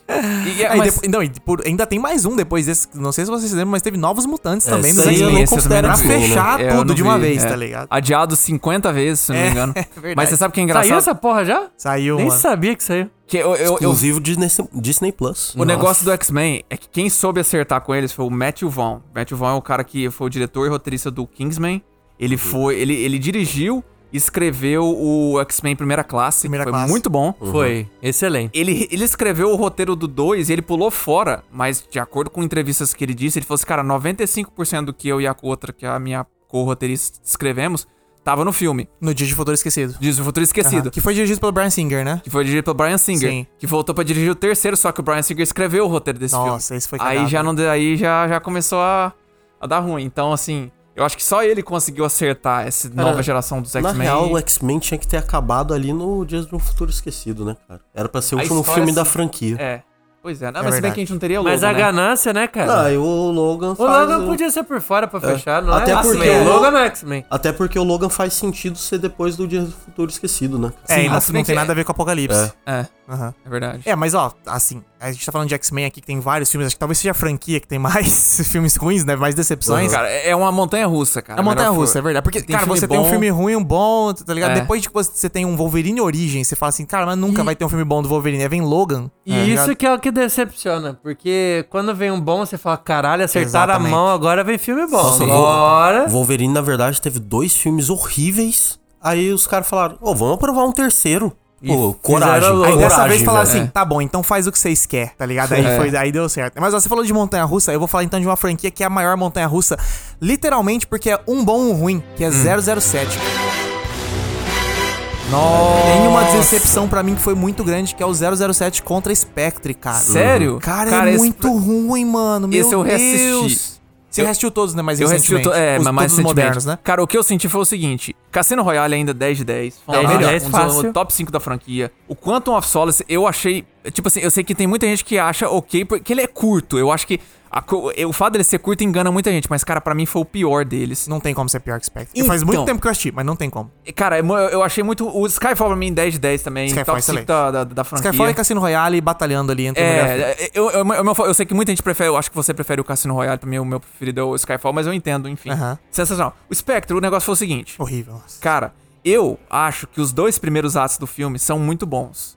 S6: E, é,
S3: Aí
S6: mas-
S3: depo- não, e por- ainda tem mais um depois desse. Não sei se vocês lembram, mas teve novos mutantes também
S5: esse
S3: dos
S5: aí eu não
S3: X-Men.
S5: Esse eu também
S3: Pra
S5: não vi, né?
S3: fechar
S6: É, eu
S3: Ah, tudo
S6: não
S3: de uma
S6: vi,
S3: vez,
S6: é.
S3: tá ligado?
S6: Adiado 50 vezes, se não me engano.
S3: verdade.
S6: Mas você sabe que é engraçado?
S4: saiu essa porra já?
S3: Saiu,
S4: Nem
S3: mano.
S4: sabia que saiu.
S6: Que eu, eu- eu-
S5: Inclusive Disney, Disney Plus.
S6: o negócio do X-Men é que quem soube acertar com eles foi o Matthew Vaughn. Matthew Vaughn é o cara que foi o diretor e roteirista do Kingsman.
S3: Uhum.
S6: Ele foi, ele, ele dirigiu e escreveu o X-Men Primeira Classe.
S3: Primeira
S6: foi
S3: Classe. Uhum.
S6: muito bom.
S4: Foi, excelente.
S6: Ele, ele escreveu o roteiro do 2 e ele pulou fora, mas de acordo com entrevistas que ele disse, ele falou assim, cara, 95% do que eu e a outra, que é a minha co-roteirista, escrevemos, tava no filme.
S3: No Dia de Futuro Esquecido.
S6: Diz o Futuro Esquecido.
S3: Aham. Que foi dirigido pelo Brian Singer, né?
S6: Que foi dirigido pelo Brian Singer.
S3: Sim.
S6: Que voltou pra dirigir o terceiro, só que o Brian Singer escreveu o roteiro desse filme.
S3: Nossa, esse foi
S6: Aí
S3: cagado.
S6: já, não, deu- aí já, já começou a, a dar ruim. Então, assim, eu acho que só ele conseguiu acertar essa nova geração dos
S5: Na
S6: X-Men.
S3: é
S5: real, o X-Men tinha que ter acabado ali no Dias do Futuro um Esquecido, né, cara? Era pra ser o
S6: A
S5: último
S6: história,
S5: filme da
S6: assim,
S5: franquia.
S6: É. Pois é, não, mas se bem
S3: verdade.
S6: que a gente não teria logo,
S4: Mas a
S6: né?
S4: ganância, né, cara?
S5: Ah, e o Logan
S4: o
S5: faz
S4: Logan
S5: o-
S4: podia ser por fora pra fechar, não
S5: Até
S4: é?
S5: porque
S4: X-Men.
S5: o
S4: o
S5: Logan-
S4: Logan é X-Men.
S5: Até porque o Logan faz sentido ser depois do Dia do Futuro Esquecido, né?
S3: É, e não,
S6: mas
S3: não
S6: bem
S3: tem
S6: que-
S3: nada a ver com o Apocalipse.
S5: É.
S6: É,
S3: Aham.
S6: é verdade.
S3: É, mas ó, assim, a gente tá falando de X-Men aqui, que tem vários filmes, acho que talvez seja a franquia que tem mais filmes ruins, né? Mais decepções.
S6: Cara, é uma montanha russa, cara.
S3: É uma montanha russa, é verdade. Porque, cara, você tem um filme ruim, um bom, tá ligado?
S6: É.
S3: Depois de que você tem um Wolverine Origem, você fala assim, cara, mas nunca vai ter um filme bom do Wolverine. Aí vem Logan.
S4: E
S3: tá ligado?
S4: isso que é o que decepciona, porque quando vem um bom, você fala, caralho, acertaram
S3: Exatamente.
S4: a mão, agora vem filme bom.
S5: Nossa,
S4: agora...
S5: O Wolverine, na verdade, teve dois filmes horríveis. Aí os caras falaram, ô, vamos aprovar um terceiro. Pô, coragem,
S4: fizeram logo.
S3: Aí
S5: coragem.
S3: dessa vez
S5: velho.
S3: falaram assim,
S6: É.
S3: tá bom, então faz o que vocês querem, tá ligado? Aí,
S6: É.
S3: foi, aí deu certo. Mas ó, você falou de montanha russa, eu vou falar então de uma franquia que é a maior montanha russa, literalmente porque é um bom um ruim, que
S6: Hum.
S3: é 007.
S6: Nossa.
S3: Tem uma decepção pra mim que foi muito grande, que é o 007 contra Spectre, cara.
S6: Sério?
S3: Cara,
S6: Cara,
S3: é
S6: esse-
S3: muito ruim, mano. Meu
S6: Esse eu reassisti.
S3: Deus. Você
S6: Eu-
S3: reassistiu todos, né? Mas
S6: Eu assisti o to- é,
S3: os,
S6: mas mais
S3: todos os modernos, né?
S6: Cara, o que eu senti foi o seguinte: Cassino Royale ainda 10 de 10.
S3: Então,
S6: Foi
S3: é
S4: 10 de
S6: lá,
S4: 10,
S6: um dos-
S4: fácil.
S6: o top 5 da franquia. O Quantum of Solace, eu achei. Tipo assim, eu sei que tem muita gente que acha ok, porque ele é curto. Eu acho que a co- o fato dele ser curto engana muita gente, mas, cara, pra mim foi o pior deles.
S3: Não tem como ser pior que Spectre.
S6: Então.
S3: Faz muito tempo que eu assisti, mas não tem como.
S6: E, Cara, eu, eu achei muito. O Skyfall pra mim 10 de 10 também.
S3: Skyfall,
S6: top 5
S3: excelente.
S6: da, da, da franquia.
S3: Skyfall é e Cassino Royale batalhando ali entre mulher e filho.
S6: É, eu, eu, eu, eu- eu sei que muita gente prefere, eu acho que você prefere o Cassino Royale, pra mim o meu preferido é o Skyfall, mas eu entendo, enfim.
S3: Aham.
S6: Sensacional. O Spectre, o negócio foi o seguinte.
S3: Horrível. nossa.
S6: Cara, eu acho que os dois primeiros atos do filme são muito bons.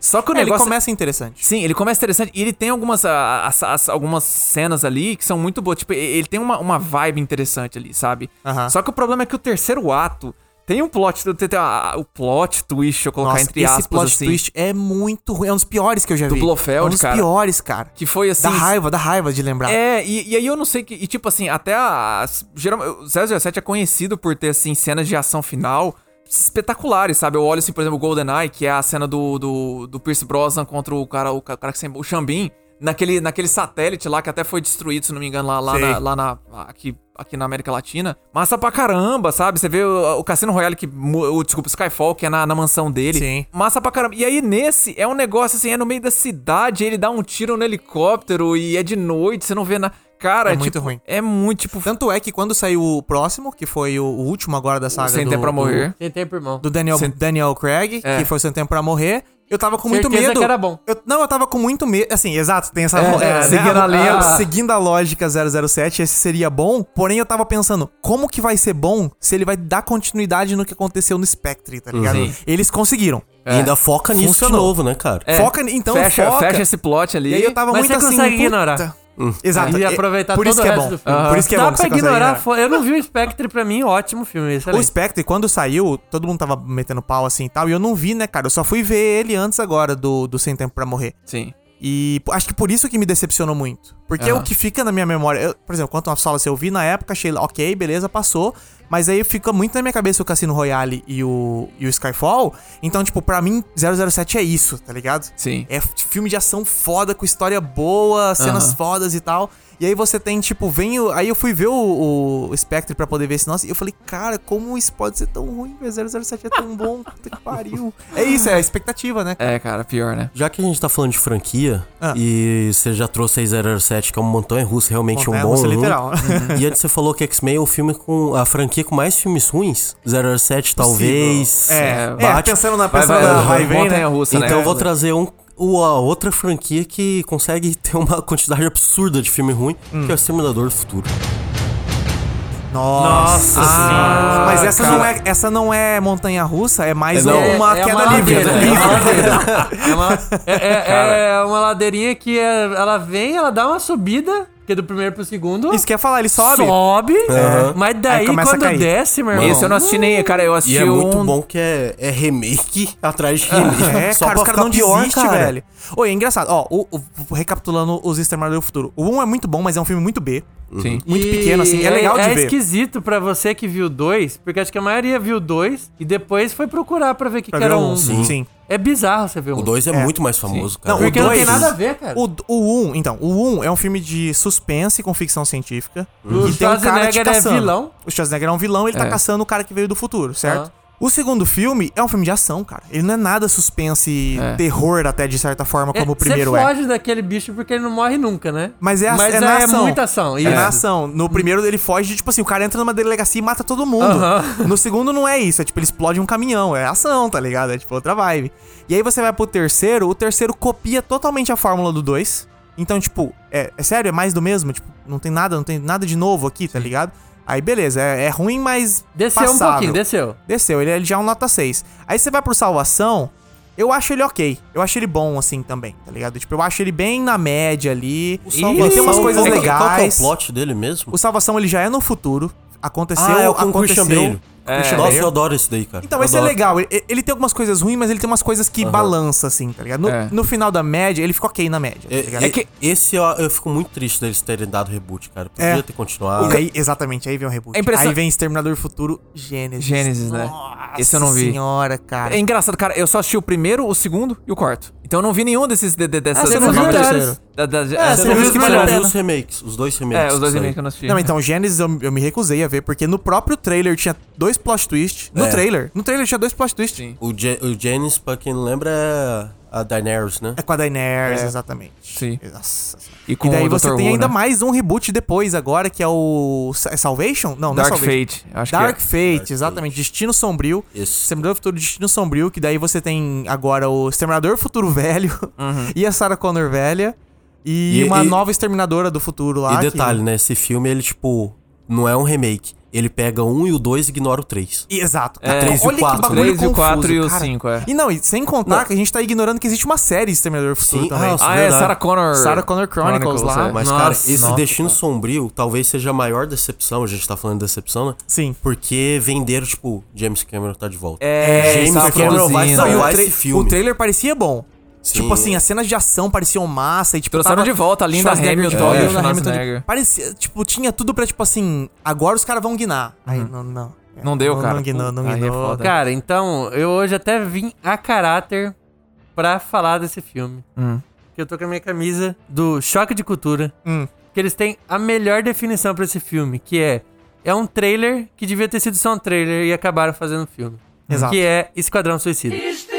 S6: Só que o
S3: É, ele
S6: negócio.
S3: começa interessante.
S6: Sim, ele começa interessante e ele tem algumas, ah, as- as- algumas cenas ali que são muito boas. Tipo, e- ele tem uma, uma vibe interessante ali, sabe?
S3: Aham.
S6: Só que o problema é que o terceiro ato tem um plot. Tem, tem a- o plot twist, eu colocar
S3: Nossa,
S6: entre
S3: esse
S6: aspas.
S3: plot
S6: assim,
S3: twist é muito ruim. É um dos piores que eu já vi.
S6: Blofeld,
S3: é um dos
S6: cara.
S3: piores, cara.
S6: Que foi assim.
S3: Dá raiva, dá raiva de lembrar.
S6: É, e, e aí eu não sei que. E tipo assim, até a. Geral, o 007 é conhecido por ter, assim, cenas de ação final espetaculares, sabe? Eu olho, assim, por exemplo, o GoldenEye, que é a cena do, do, do Pierce Brosnan contra o cara, o ca- o cara que sem. O Xambin, naquele, naquele satélite lá que até foi destruído, se não me engano, lá, lá,
S3: Sei.
S6: na, lá na- Aqui, aqui na América Latina. Massa pra caramba, sabe? Você vê o, o Cassino Royale, que. mu- O, desculpa, o Skyfall, que é na, na mansão dele.
S3: Sim.
S6: Massa pra caramba. E aí, nesse, é um negócio assim, é no meio da cidade, ele dá um tiro no helicóptero e é de noite, você não vê na. Cara,
S3: É
S6: tipo,
S3: muito ruim.
S6: É muito, tipo,
S3: Tanto é que quando saiu o próximo, que foi o, o último agora da saga
S6: sem
S3: do,
S6: ter pra
S3: do-
S6: morrer.
S4: Tem tempo, irmão.
S3: do Daniel, Daniel Craig,
S6: É.
S3: que foi Sem Tempo Pra Morrer, eu tava com muito
S4: Certeza
S3: medo.
S4: que era bom. né?
S3: Eu- não, eu tava com muito medo. Assim, exato, tem essa.
S6: É,
S3: ro-
S6: é, seguindo
S4: Ah,
S6: a linha.
S3: seguindo a lógica 007, esse seria bom. Porém, eu tava pensando, como que vai ser bom se ele vai dar continuidade no que aconteceu no Spectre, tá ligado?
S6: Sim.
S3: Eles conseguiram.
S5: E ainda foca nisso
S3: assim, "É, Funcionou.
S5: de novo, né, cara?
S6: É.
S3: Foca, ni- então
S6: fecha,
S3: foca.
S6: fecha esse plot ali.
S3: E aí eu tava
S4: Mas
S3: muito
S4: você
S3: assim.
S4: consegue
S3: puta.
S4: ignorar.
S3: Exato.
S4: E
S3: é-
S4: aproveitar
S3: por
S4: todo
S3: isso
S4: o
S3: que é
S4: resto
S3: bom.
S4: do filme.
S3: Por isso que é
S4: Dá
S3: bom. que
S4: pra
S3: você consegue
S4: ignorar. fo- Eu não vi o Spectre, pra mim, ótimo filme.
S3: O
S4: Excelente.
S3: Spectre, quando saiu, todo mundo tava metendo pau assim e tal, e eu não vi, né, cara? Eu só fui ver ele antes agora do, do Sem Tempo Pra Morrer.
S6: Sim.
S3: E p- acho que por isso que me decepcionou muito. Porque é
S6: Aham.
S3: o que fica na minha memória, eu, por exemplo, Quantum of Solace eu vi na época, achei ok, beleza, passou. Mas aí fica muito na minha cabeça o Cassino Royale e o, e o Skyfall. Então, tipo, pra mim, 007 é isso, tá ligado?
S6: Sim.
S3: É f- filme de ação foda, com história boa, cenas
S6: Aham.
S3: fodas e tal. E aí você tem, tipo, vem o... Aí eu fui ver o, o Spectre pra poder ver esse nosso. E eu falei, cara, como isso pode ser tão ruim? velho? 007 é tão bom, puta que pariu. É isso, é a expectativa, né?
S6: É, cara, pior, né?
S5: Já que a gente tá falando de franquia,
S3: Ah.
S5: e você já trouxe aí 007, que é um montanha russa, realmente é um bom
S3: Montanha-russa,
S5: ruim.
S3: literal.
S5: E antes você falou que X-Men é o filme com a franquia com mais filmes ruins. 007, talvez.
S3: É, é,
S5: bate.
S3: pensando na
S6: Vai,
S3: pensando
S6: vai,
S3: na-
S6: vai,
S3: vai e vem, né?
S6: russa, né?
S5: Então eu vou trazer um, o- a outra franquia que consegue ter uma quantidade absurda de filme ruim,
S3: Hum.
S5: que é o Exterminador do Futuro.
S3: Nossa,
S6: senhora.
S3: Mas essa
S6: Ah, cara.
S3: não é essa não é montanha russa, é mais
S6: não.
S3: uma
S4: É- é
S3: queda
S4: uma
S3: livre.
S4: ladeira, é uma ladeira. É uma- é- é-
S6: Cara.
S4: é uma ladeirinha que é- ela vem, ela dá uma subida, que é do primeiro pro segundo.
S3: Isso que eu ia falar, ele sobe.
S4: sobe, É, mas daí
S3: Aí começa a
S4: quando
S3: cair.
S4: desce, meu irmão.
S6: Esse eu não assisti
S3: Uh!
S6: nem, cara, eu
S5: E
S6: assisti
S5: é muito
S6: um-
S5: bom que é, é remake atrás de remake.
S3: É,
S5: Só
S3: cara,
S5: pra
S3: os caras
S5: ficar
S3: não
S5: pior,
S3: desistem,
S5: cara.
S3: velho. Oi, é engraçado. Ó, o- o- recapitulando os Exterminador do Futuro. O 1 é muito bom, mas é um filme muito B.
S6: Sim.
S3: Muito
S4: E
S3: pequeno, assim. É legal de
S4: é
S3: ver.
S4: esquisito pra você que viu dois, porque acho que a maioria viu dois e depois foi procurar pra ver o que,
S3: Pra
S4: que
S3: ver
S4: era
S3: um-
S4: um.
S3: sim.
S4: É bizarro você ver um.
S5: O 2 é,
S3: É.
S5: muito mais famoso, cara.
S3: Não, o
S5: O
S4: Porque não tem
S3: dois-
S4: nada a ver, cara.
S3: O, o 1, então, o 1 é um filme de suspense com ficção científica. um
S4: O Schwarzenegger é vilão.
S3: O Schwarzenegger é um vilão, ele tá
S6: É.
S3: caçando o cara que veio do futuro, certo? O segundo filme é um filme de ação, cara. Ele não é nada suspense e
S6: É.
S3: terror, até de certa forma, como o primeiro
S4: Você
S3: é.
S4: foge daquele bicho porque ele não morre nunca, né?
S3: Mas é, a,
S4: Mas
S3: é na ação.
S4: muita ação.
S3: É
S4: isso.
S3: na ação. No
S4: Hum.
S3: primeiro ele foge, tipo assim, o cara entra numa delegacia e mata todo mundo.
S4: Aham.
S3: No segundo não é isso, é tipo, ele explode um caminhão, é ação, tá ligado? É tipo outra vibe. E aí você vai pro terceiro, o terceiro copia totalmente a fórmula do dois. Então, tipo, é, é sério, é mais do mesmo, tipo, não tem nada, não tem nada de novo aqui, tá ligado? Aí beleza, é, é ruim, mas
S4: Desceu um
S3: passável.
S4: pouquinho, desceu.
S3: Desceu, ele, ele já é um nota 6. Aí você vai pro Salvação, eu acho ele ok. Eu acho ele bom, assim, também, tá ligado? Tipo, eu acho ele bem na média ali. ele tem umas
S5: Salvação,
S3: coisas
S5: qual que- Qual que é o
S3: legais.
S5: plot dele mesmo?
S3: O Salvação, ele já é no futuro. Aconteceu,
S5: Ah, é o com o
S3: aconteceu.
S5: Christian Bale.
S3: Christian
S5: Nossa,
S3: Bale.
S5: eu adoro esse daí,
S3: É.
S5: cara.
S3: Então,
S5: Eu
S3: esse é
S5: adoro.
S3: legal. Ele, ele tem algumas coisas ruins, mas ele tem umas coisas que balança, assim, tá ligado? No,
S6: É.
S3: no final da média, ele ficou ok na média, tá ligado?
S5: É, que... Esse eu, eu fico muito triste deles terem dado reboot, cara. Podia
S3: É.
S5: ter continuado.
S3: E aí, exatamente, aí vem o reboot.
S6: É impression-
S3: Aí vem Exterminador do Futuro, Gênesis.
S6: Gênesis, né?
S3: Nossa
S6: Esse eu não vi.
S3: senhora, cara.
S6: É engraçado, cara, eu só assisti o primeiro, o segundo e o quarto. Então eu não vi nenhum desses de, de, dessas
S3: Ah, você não
S6: dessas
S3: viu o
S6: notas.
S3: terceiro.
S6: Da- da-
S5: É,
S6: é,
S5: você viu
S6: não viu
S5: os
S6: os
S5: que
S6: melhores.
S5: vale a
S3: né?
S5: pena. os remakes, os dois remakes.
S6: É, os dois
S5: que
S6: remakes que eu não assisti.
S3: Não, então, Gênesis eu, eu me recusei a ver, porque no próprio trailer tinha dois plot twists. No
S5: É.
S3: trailer? No trailer tinha dois plot twists.
S6: Sim.
S5: O, Ja- o Janice, pra quem não lembra, é a Daenerys, né?
S3: É com a Daenerys, exatamente.
S6: Sim.
S3: Nossa. senhora.
S6: E com
S3: daí
S6: o
S3: você
S6: Dr.
S3: tem
S6: Who,
S3: ainda
S6: né?
S3: mais um reboot depois agora, que é o Sa- é Salvation? Não, não é
S6: Dark
S3: Salvation.
S6: Fate, acho
S3: Dark
S6: que é.
S3: Fate,
S5: Dark
S3: exatamente. Destino Sombrio.
S5: Isso.
S3: Exterminador do Futuro Destino Sombrio, que daí você tem agora o Exterminador do Futuro Velho
S6: Uhum.
S3: e a Sarah Connor velha e,
S5: E-
S3: uma
S5: e-
S3: nova Exterminadora do Futuro lá.
S5: e
S3: que- é.
S5: detalhe, né? Esse filme, ele, tipo, não é um remake. Ele pega um e o dois e ignora o três.
S3: E- Exato.
S6: É,
S3: Olha
S5: três e o
S3: que
S5: quatro,
S3: bagulho
S5: né?
S6: Três e o quatro
S3: confuso,
S6: e o
S3: cara.
S6: cinco, é.
S3: E não, e sem contar
S6: Não.
S3: que a gente tá ignorando que existe uma série Exterminador do Futuro
S5: Sim,
S3: também.
S5: ah,
S6: Ah, é,
S5: Verdade.
S6: Sarah Connor.
S3: Sarah Connor Chronicles lá.
S6: é.
S5: Mas, cara,
S4: Nossa,
S5: esse
S4: nossa,
S5: Destino Sombrio talvez seja a maior decepção. A gente tá falando de decepção, né?
S3: Sim.
S5: Porque venderam, tipo, James Cameron tá de volta.
S6: É,
S5: James
S6: estava
S5: Cameron vai
S6: produzindo.
S3: Não, e
S5: salvar
S3: tá o, tra-
S5: esse filme.
S3: o trailer parecia bom.
S5: Sim,
S3: tipo assim,
S5: é.
S3: as cenas de ação pareciam massa e tipo.
S6: Trouxeram de volta a Linda
S3: Schwarzenegger
S6: Hamilton
S3: de volta,
S6: e o
S3: Linda Hamilton de-
S6: Schwarzenegger.
S3: Parecia, tipo, tinha tudo pra tipo assim, agora os caras vão guinar. Aí não, não. É,
S6: Uhum. Não deu, cara.
S3: Não guinou, não
S6: Aí é
S3: guinou.
S6: foda.
S4: Cara, então, eu hoje até vim a caráter pra falar desse filme.
S6: Hum.
S4: Que eu tô com a minha camisa do Choque de Cultura.
S3: Hum.
S4: Que eles têm a melhor definição pra esse filme, que é... É um trailer que devia ter sido só um trailer e acabaram fazendo filme.
S3: Exato.
S4: Que é Esquadrão Suicida.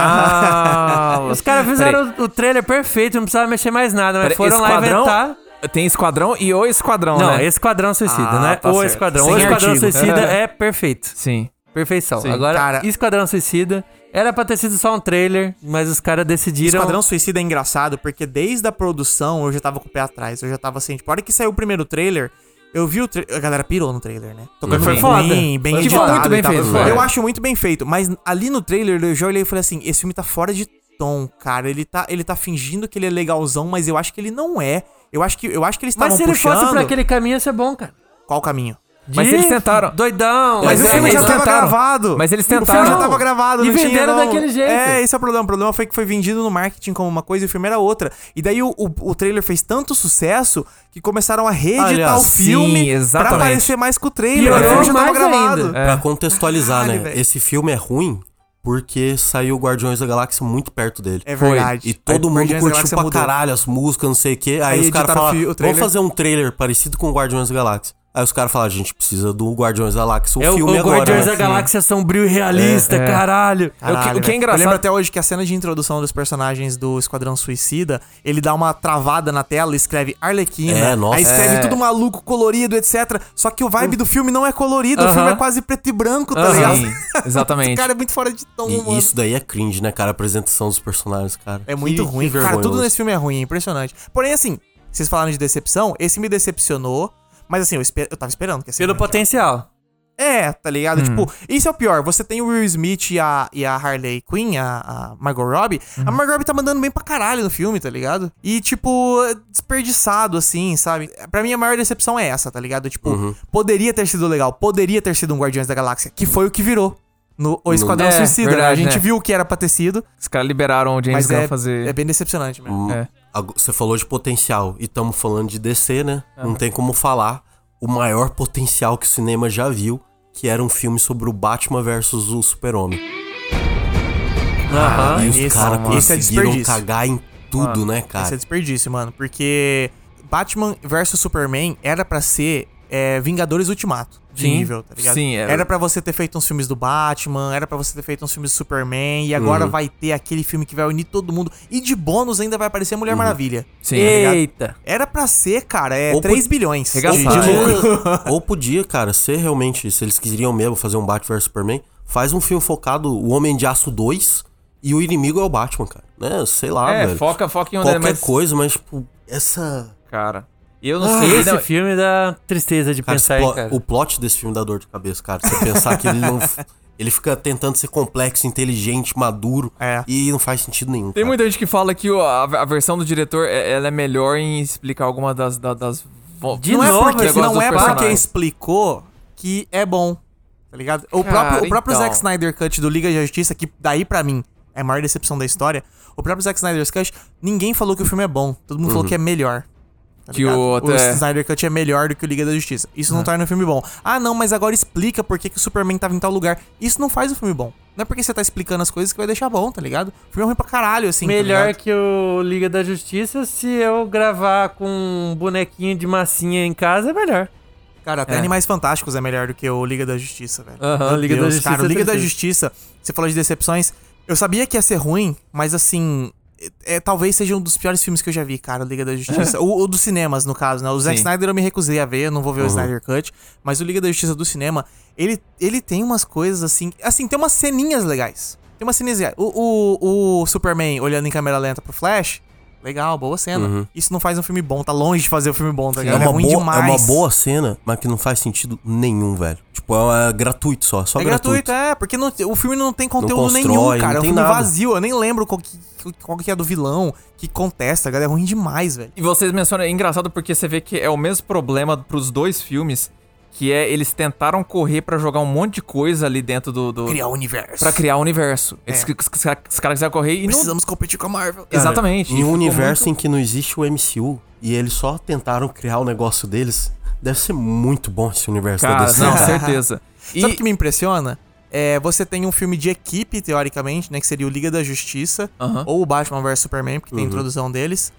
S6: Ah,
S4: Os caras fizeram o, o trailer perfeito, não precisava mexer mais nada, mas
S6: Peraí,
S4: foram lá
S6: Esquadrão?
S4: inventar.
S6: Tem esquadrão e o esquadrão,
S4: Não,
S6: né?
S4: Esquadrão Suicida,
S6: Ah,
S4: né?
S6: tá
S4: o
S6: certo.
S4: Esquadrão.
S6: Sem
S4: o Esquadrão
S6: artigo.
S4: Suicida é perfeito.
S6: Sim.
S4: Perfeição.
S6: Sim.
S4: Agora,
S3: Cara-
S4: Esquadrão Suicida era pra ter sido só um trailer, mas os caras decidiram.
S3: Esquadrão Suicida é engraçado porque desde a produção eu já tava com o pé atrás. Eu já tava assim, tipo, a hora que saiu o primeiro trailer, eu vi o trailer. A galera pirou no trailer, né? Tocando
S4: Foi
S3: bem,
S4: foda.
S3: bem
S4: Foi
S3: editado.
S6: foda. Muito bem
S3: e tal.
S6: feito, foi.
S3: Eu acho muito bem feito, mas ali no trailer eu já olhei e falei assim: esse filme tá fora de tom, cara. Ele tá, ele tá fingindo que ele é legalzão, mas eu acho que ele não é. Eu acho que, eu acho que eles
S4: Mas
S3: estavam
S4: se ele
S3: puxando.
S4: fosse pra aquele caminho, ia ser bom, cara.
S3: Qual caminho?
S6: Mas
S4: De
S6: eles tentaram.
S4: Doidão.
S3: Mas
S6: Mas
S3: o
S6: é,
S3: filme já
S6: eles
S3: tava
S6: tentaram.
S3: gravado.
S6: Mas eles
S3: O filme já
S6: tentaram.
S3: tava gravado,
S4: E
S3: não tinha,
S4: venderam
S3: não.
S4: daquele jeito.
S3: É, esse é o problema. O problema foi que foi vendido no marketing como uma coisa e o filme era outra. E daí o, o, o trailer fez tanto sucesso que começaram a reeditar
S5: Aliás,
S3: o
S6: sim,
S3: filme pra
S6: exatamente.
S3: parecer mais com o trailer.
S4: Piorou
S3: o filme já tava
S4: mais
S3: gravado.
S4: ainda.
S5: Pra
S3: É.
S5: contextualizar,
S3: Caralho,
S5: né?
S3: velho.
S5: Esse filme é ruim porque saiu Guardiões da Galáxia muito perto dele.
S3: É verdade.
S5: E todo
S3: Aí,
S5: mundo
S3: Guardiões da
S5: curtiu
S3: Galáxia
S5: pra
S3: mudou.
S5: caralho as músicas, não sei o quê.
S3: Aí
S5: Aí, os caras
S3: editaram o fi- o
S5: falaram,
S3: trailer.
S5: vamos fazer um trailer parecido com Guardiões da Galáxia. Aí os caras falaram, a gente precisa do Guardiões da Galáxia, o
S4: É o,
S5: filme
S4: o
S5: agora.
S4: Guardiões
S5: né?
S4: da Galáxia é sombrio e realista,
S6: É.
S4: caralho.
S3: Caralho,
S6: o que é
S3: velho.
S6: engraçado-
S3: Eu lembro até hoje que a cena de introdução dos personagens do Esquadrão Suicida, ele dá uma travada na tela, escreve Arlequina,
S5: É, nossa.
S3: aí escreve
S6: É.
S3: tudo maluco, colorido, etc. Só que o vibe do filme não é colorido, o
S4: Aham.
S3: filme é quase preto e branco, tá
S4: Aham.
S3: ligado?
S6: Sim, exatamente.
S3: Cara, é muito fora de tom,
S5: E
S3: mano.
S5: isso daí é cringe, né, cara? A apresentação dos personagens, cara.
S3: É muito
S5: Que-
S3: ruim.
S5: que
S3: Cara, tudo
S5: vergonhoso.
S3: nesse filme é ruim, é impressionante. Porém, assim, vocês falaram de decepção, esse me decepcionou. Mas assim, eu, esper- eu tava esperando que ia ser
S4: Pelo
S3: ruim.
S4: potencial.
S3: É, tá ligado? Tipo, isso é o pior. Você tem o Will Smith e a, e a Harley Quinn, a, a Margot Robbie. A Margot Robbie tá mandando bem pra caralho no filme, tá ligado? E, tipo, é desperdiçado, assim, sabe? Pra mim, a maior decepção é essa, tá ligado? Tipo, poderia ter sido legal, poderia ter sido um Guardiões da Galáxia, que foi o que virou. No o Esquadrão
S6: É,
S3: Suicida. né?
S6: verdade,
S3: a gente
S6: né?
S3: viu o que era pra ter sido,
S6: Os caras liberaram o James
S3: mas
S6: Gunn
S3: é,
S6: fazer.
S3: é bem decepcionante mesmo.
S5: Hum,
S6: É.
S5: ag- Você falou de potencial e estamos falando de DC, né? Não tem como falar o maior potencial que o cinema já viu, que era um filme sobre o Batman versus o Super-Homem.
S4: Aham.
S5: e os
S3: esse,
S5: caras
S3: mano. Esse é
S5: conseguiram
S3: desperdício.
S5: cagar em tudo, né,
S3: Isso é
S5: cara?
S3: desperdício, mano, porque Batman vs Superman era pra ser é, Vingadores Ultimato de
S6: Sim,
S3: nível, tá ligado?
S6: sim,
S3: era...
S6: era-
S3: pra você ter feito uns filmes do Batman, era pra você ter feito uns filmes do Superman, e agora vai ter aquele filme que vai unir todo mundo. E de bônus ainda vai aparecer a Mulher Maravilha. Tá
S6: Sim.
S4: Eita.
S3: Era pra ser, cara, é
S5: Ou
S3: 3
S5: po-
S3: bilhões.
S5: Ou
S6: Regaçar,
S3: de- de lucro.
S5: podia, ou podia, cara, ser realmente, se eles queriam mesmo fazer um Batman vs Superman, faz um filme focado o Homem de Aço 2 e o inimigo é o Batman, cara. Né? Sei lá,
S6: É,
S5: velho.
S6: foca, foca
S3: né,
S6: em onde
S5: Qualquer
S6: é mais...
S5: coisa, mas, tipo, essa.
S6: Cara, eu não sei...
S4: Esse
S6: não,
S4: filme dá tristeza de
S5: Cara, esse
S4: pensar, hein,
S5: plo-
S4: cara.
S5: o plot desse filme dá dor de cabeça, cara. Você pensar que ele não. f- Ele fica tentando ser complexo, inteligente, maduro.
S3: É.
S5: E não faz sentido nenhum.
S6: Tem
S5: cara.
S6: muita gente que fala que o- a, a versão do diretor é, ela é melhor em explicar alguma das... da- das, vo-
S4: De
S3: não
S4: novo,
S3: é porque,
S4: esse
S6: negócio
S3: não
S6: dos
S3: é porque
S6: personagens.
S3: explicou que é bom. Tá ligado? O
S6: Cara,
S3: próprio, o próprio
S6: então.
S3: Zack Snyder Cut do Liga da Justiça, que daí pra mim é a maior decepção da história. O próprio Zack Snyder Cut, ninguém falou que o filme é bom. Todo mundo falou que é melhor. tá
S6: Uhum. Que
S3: ligado?
S6: o outro
S3: o
S6: é-
S3: Snyder Cut é melhor do que o Liga da Justiça. Isso não torna o filme bom. Ah, não, mas agora explica por que, que o Superman tava em tal lugar. Isso não faz o filme bom. Não é porque você tá explicando as coisas que vai deixar bom, tá ligado? O filme é ruim pra caralho, assim. tá
S4: Melhor
S3: ligado?
S4: que o Liga da Justiça, se eu gravar com um bonequinho de massinha em casa, é melhor.
S3: Cara, até
S6: É.
S3: Animais Fantásticos é melhor do que o Liga da Justiça, velho.
S4: Aham,
S3: Meu
S4: Liga da
S3: Deus,
S4: Justiça
S3: Cara, o
S4: é
S3: Liga da
S4: perfeito.
S3: Justiça, você falou de decepções. Eu sabia que ia ser ruim, mas assim. É, é- talvez seja um dos piores filmes que eu já vi, cara, o Liga da Justiça. o, o dos cinemas, no caso, né? O Zack
S6: Sim.
S3: Snyder eu me recusei a ver, eu não vou ver
S5: Uhum.
S3: o Snyder Cut. Mas o Liga da Justiça do cinema, ele, ele tem umas coisas assim. Assim, tem umas ceninhas legais. Tem umas ceninhas legais. O, o, o Superman olhando em câmera lenta pro Flash. Legal, boa cena. Isso não faz um filme bom, tá longe de fazer um filme bom, tá
S5: Uhum. É
S3: ligado?
S5: uma,
S3: ruim
S5: boa,
S3: demais.
S5: é uma boa cena, mas que não faz sentido nenhum, velho. Tipo, é, é gratuito só. Só
S3: É gratuito,
S5: gratuito.
S3: é, porque não- o filme não tem conteúdo
S5: constrói,
S3: nenhum,
S5: não
S3: cara. É um
S5: tem
S3: filme
S5: nada.
S3: vazio, eu nem lembro qual que, qual que é do vilão que contesta, galera. É ruim demais, velho.
S6: E vocês mencionam, é engraçado porque você vê que é o mesmo problema pros dois filmes, que é eles tentaram correr pra jogar um monte de coisa ali dentro do... do
S3: Criar o universo.
S6: Pra criar o universo. Eles,
S3: É.
S6: os, caras quiseram correr e não...
S3: Precisamos competir com a Marvel.
S6: Exatamente.
S5: Em um
S6: Ficou
S5: universo em que não existe o MCU e eles só tentaram criar o negócio deles, deve ser muito bom esse universo da
S6: Cara,
S5: DC.
S6: não,
S5: cara.
S6: certeza. E
S3: Sabe o que me impressiona? É, você tem um filme de equipe, teoricamente, né? Que seria o Liga da Justiça,
S6: Aham.
S3: ou o Batman vs Superman, porque tem a introdução deles.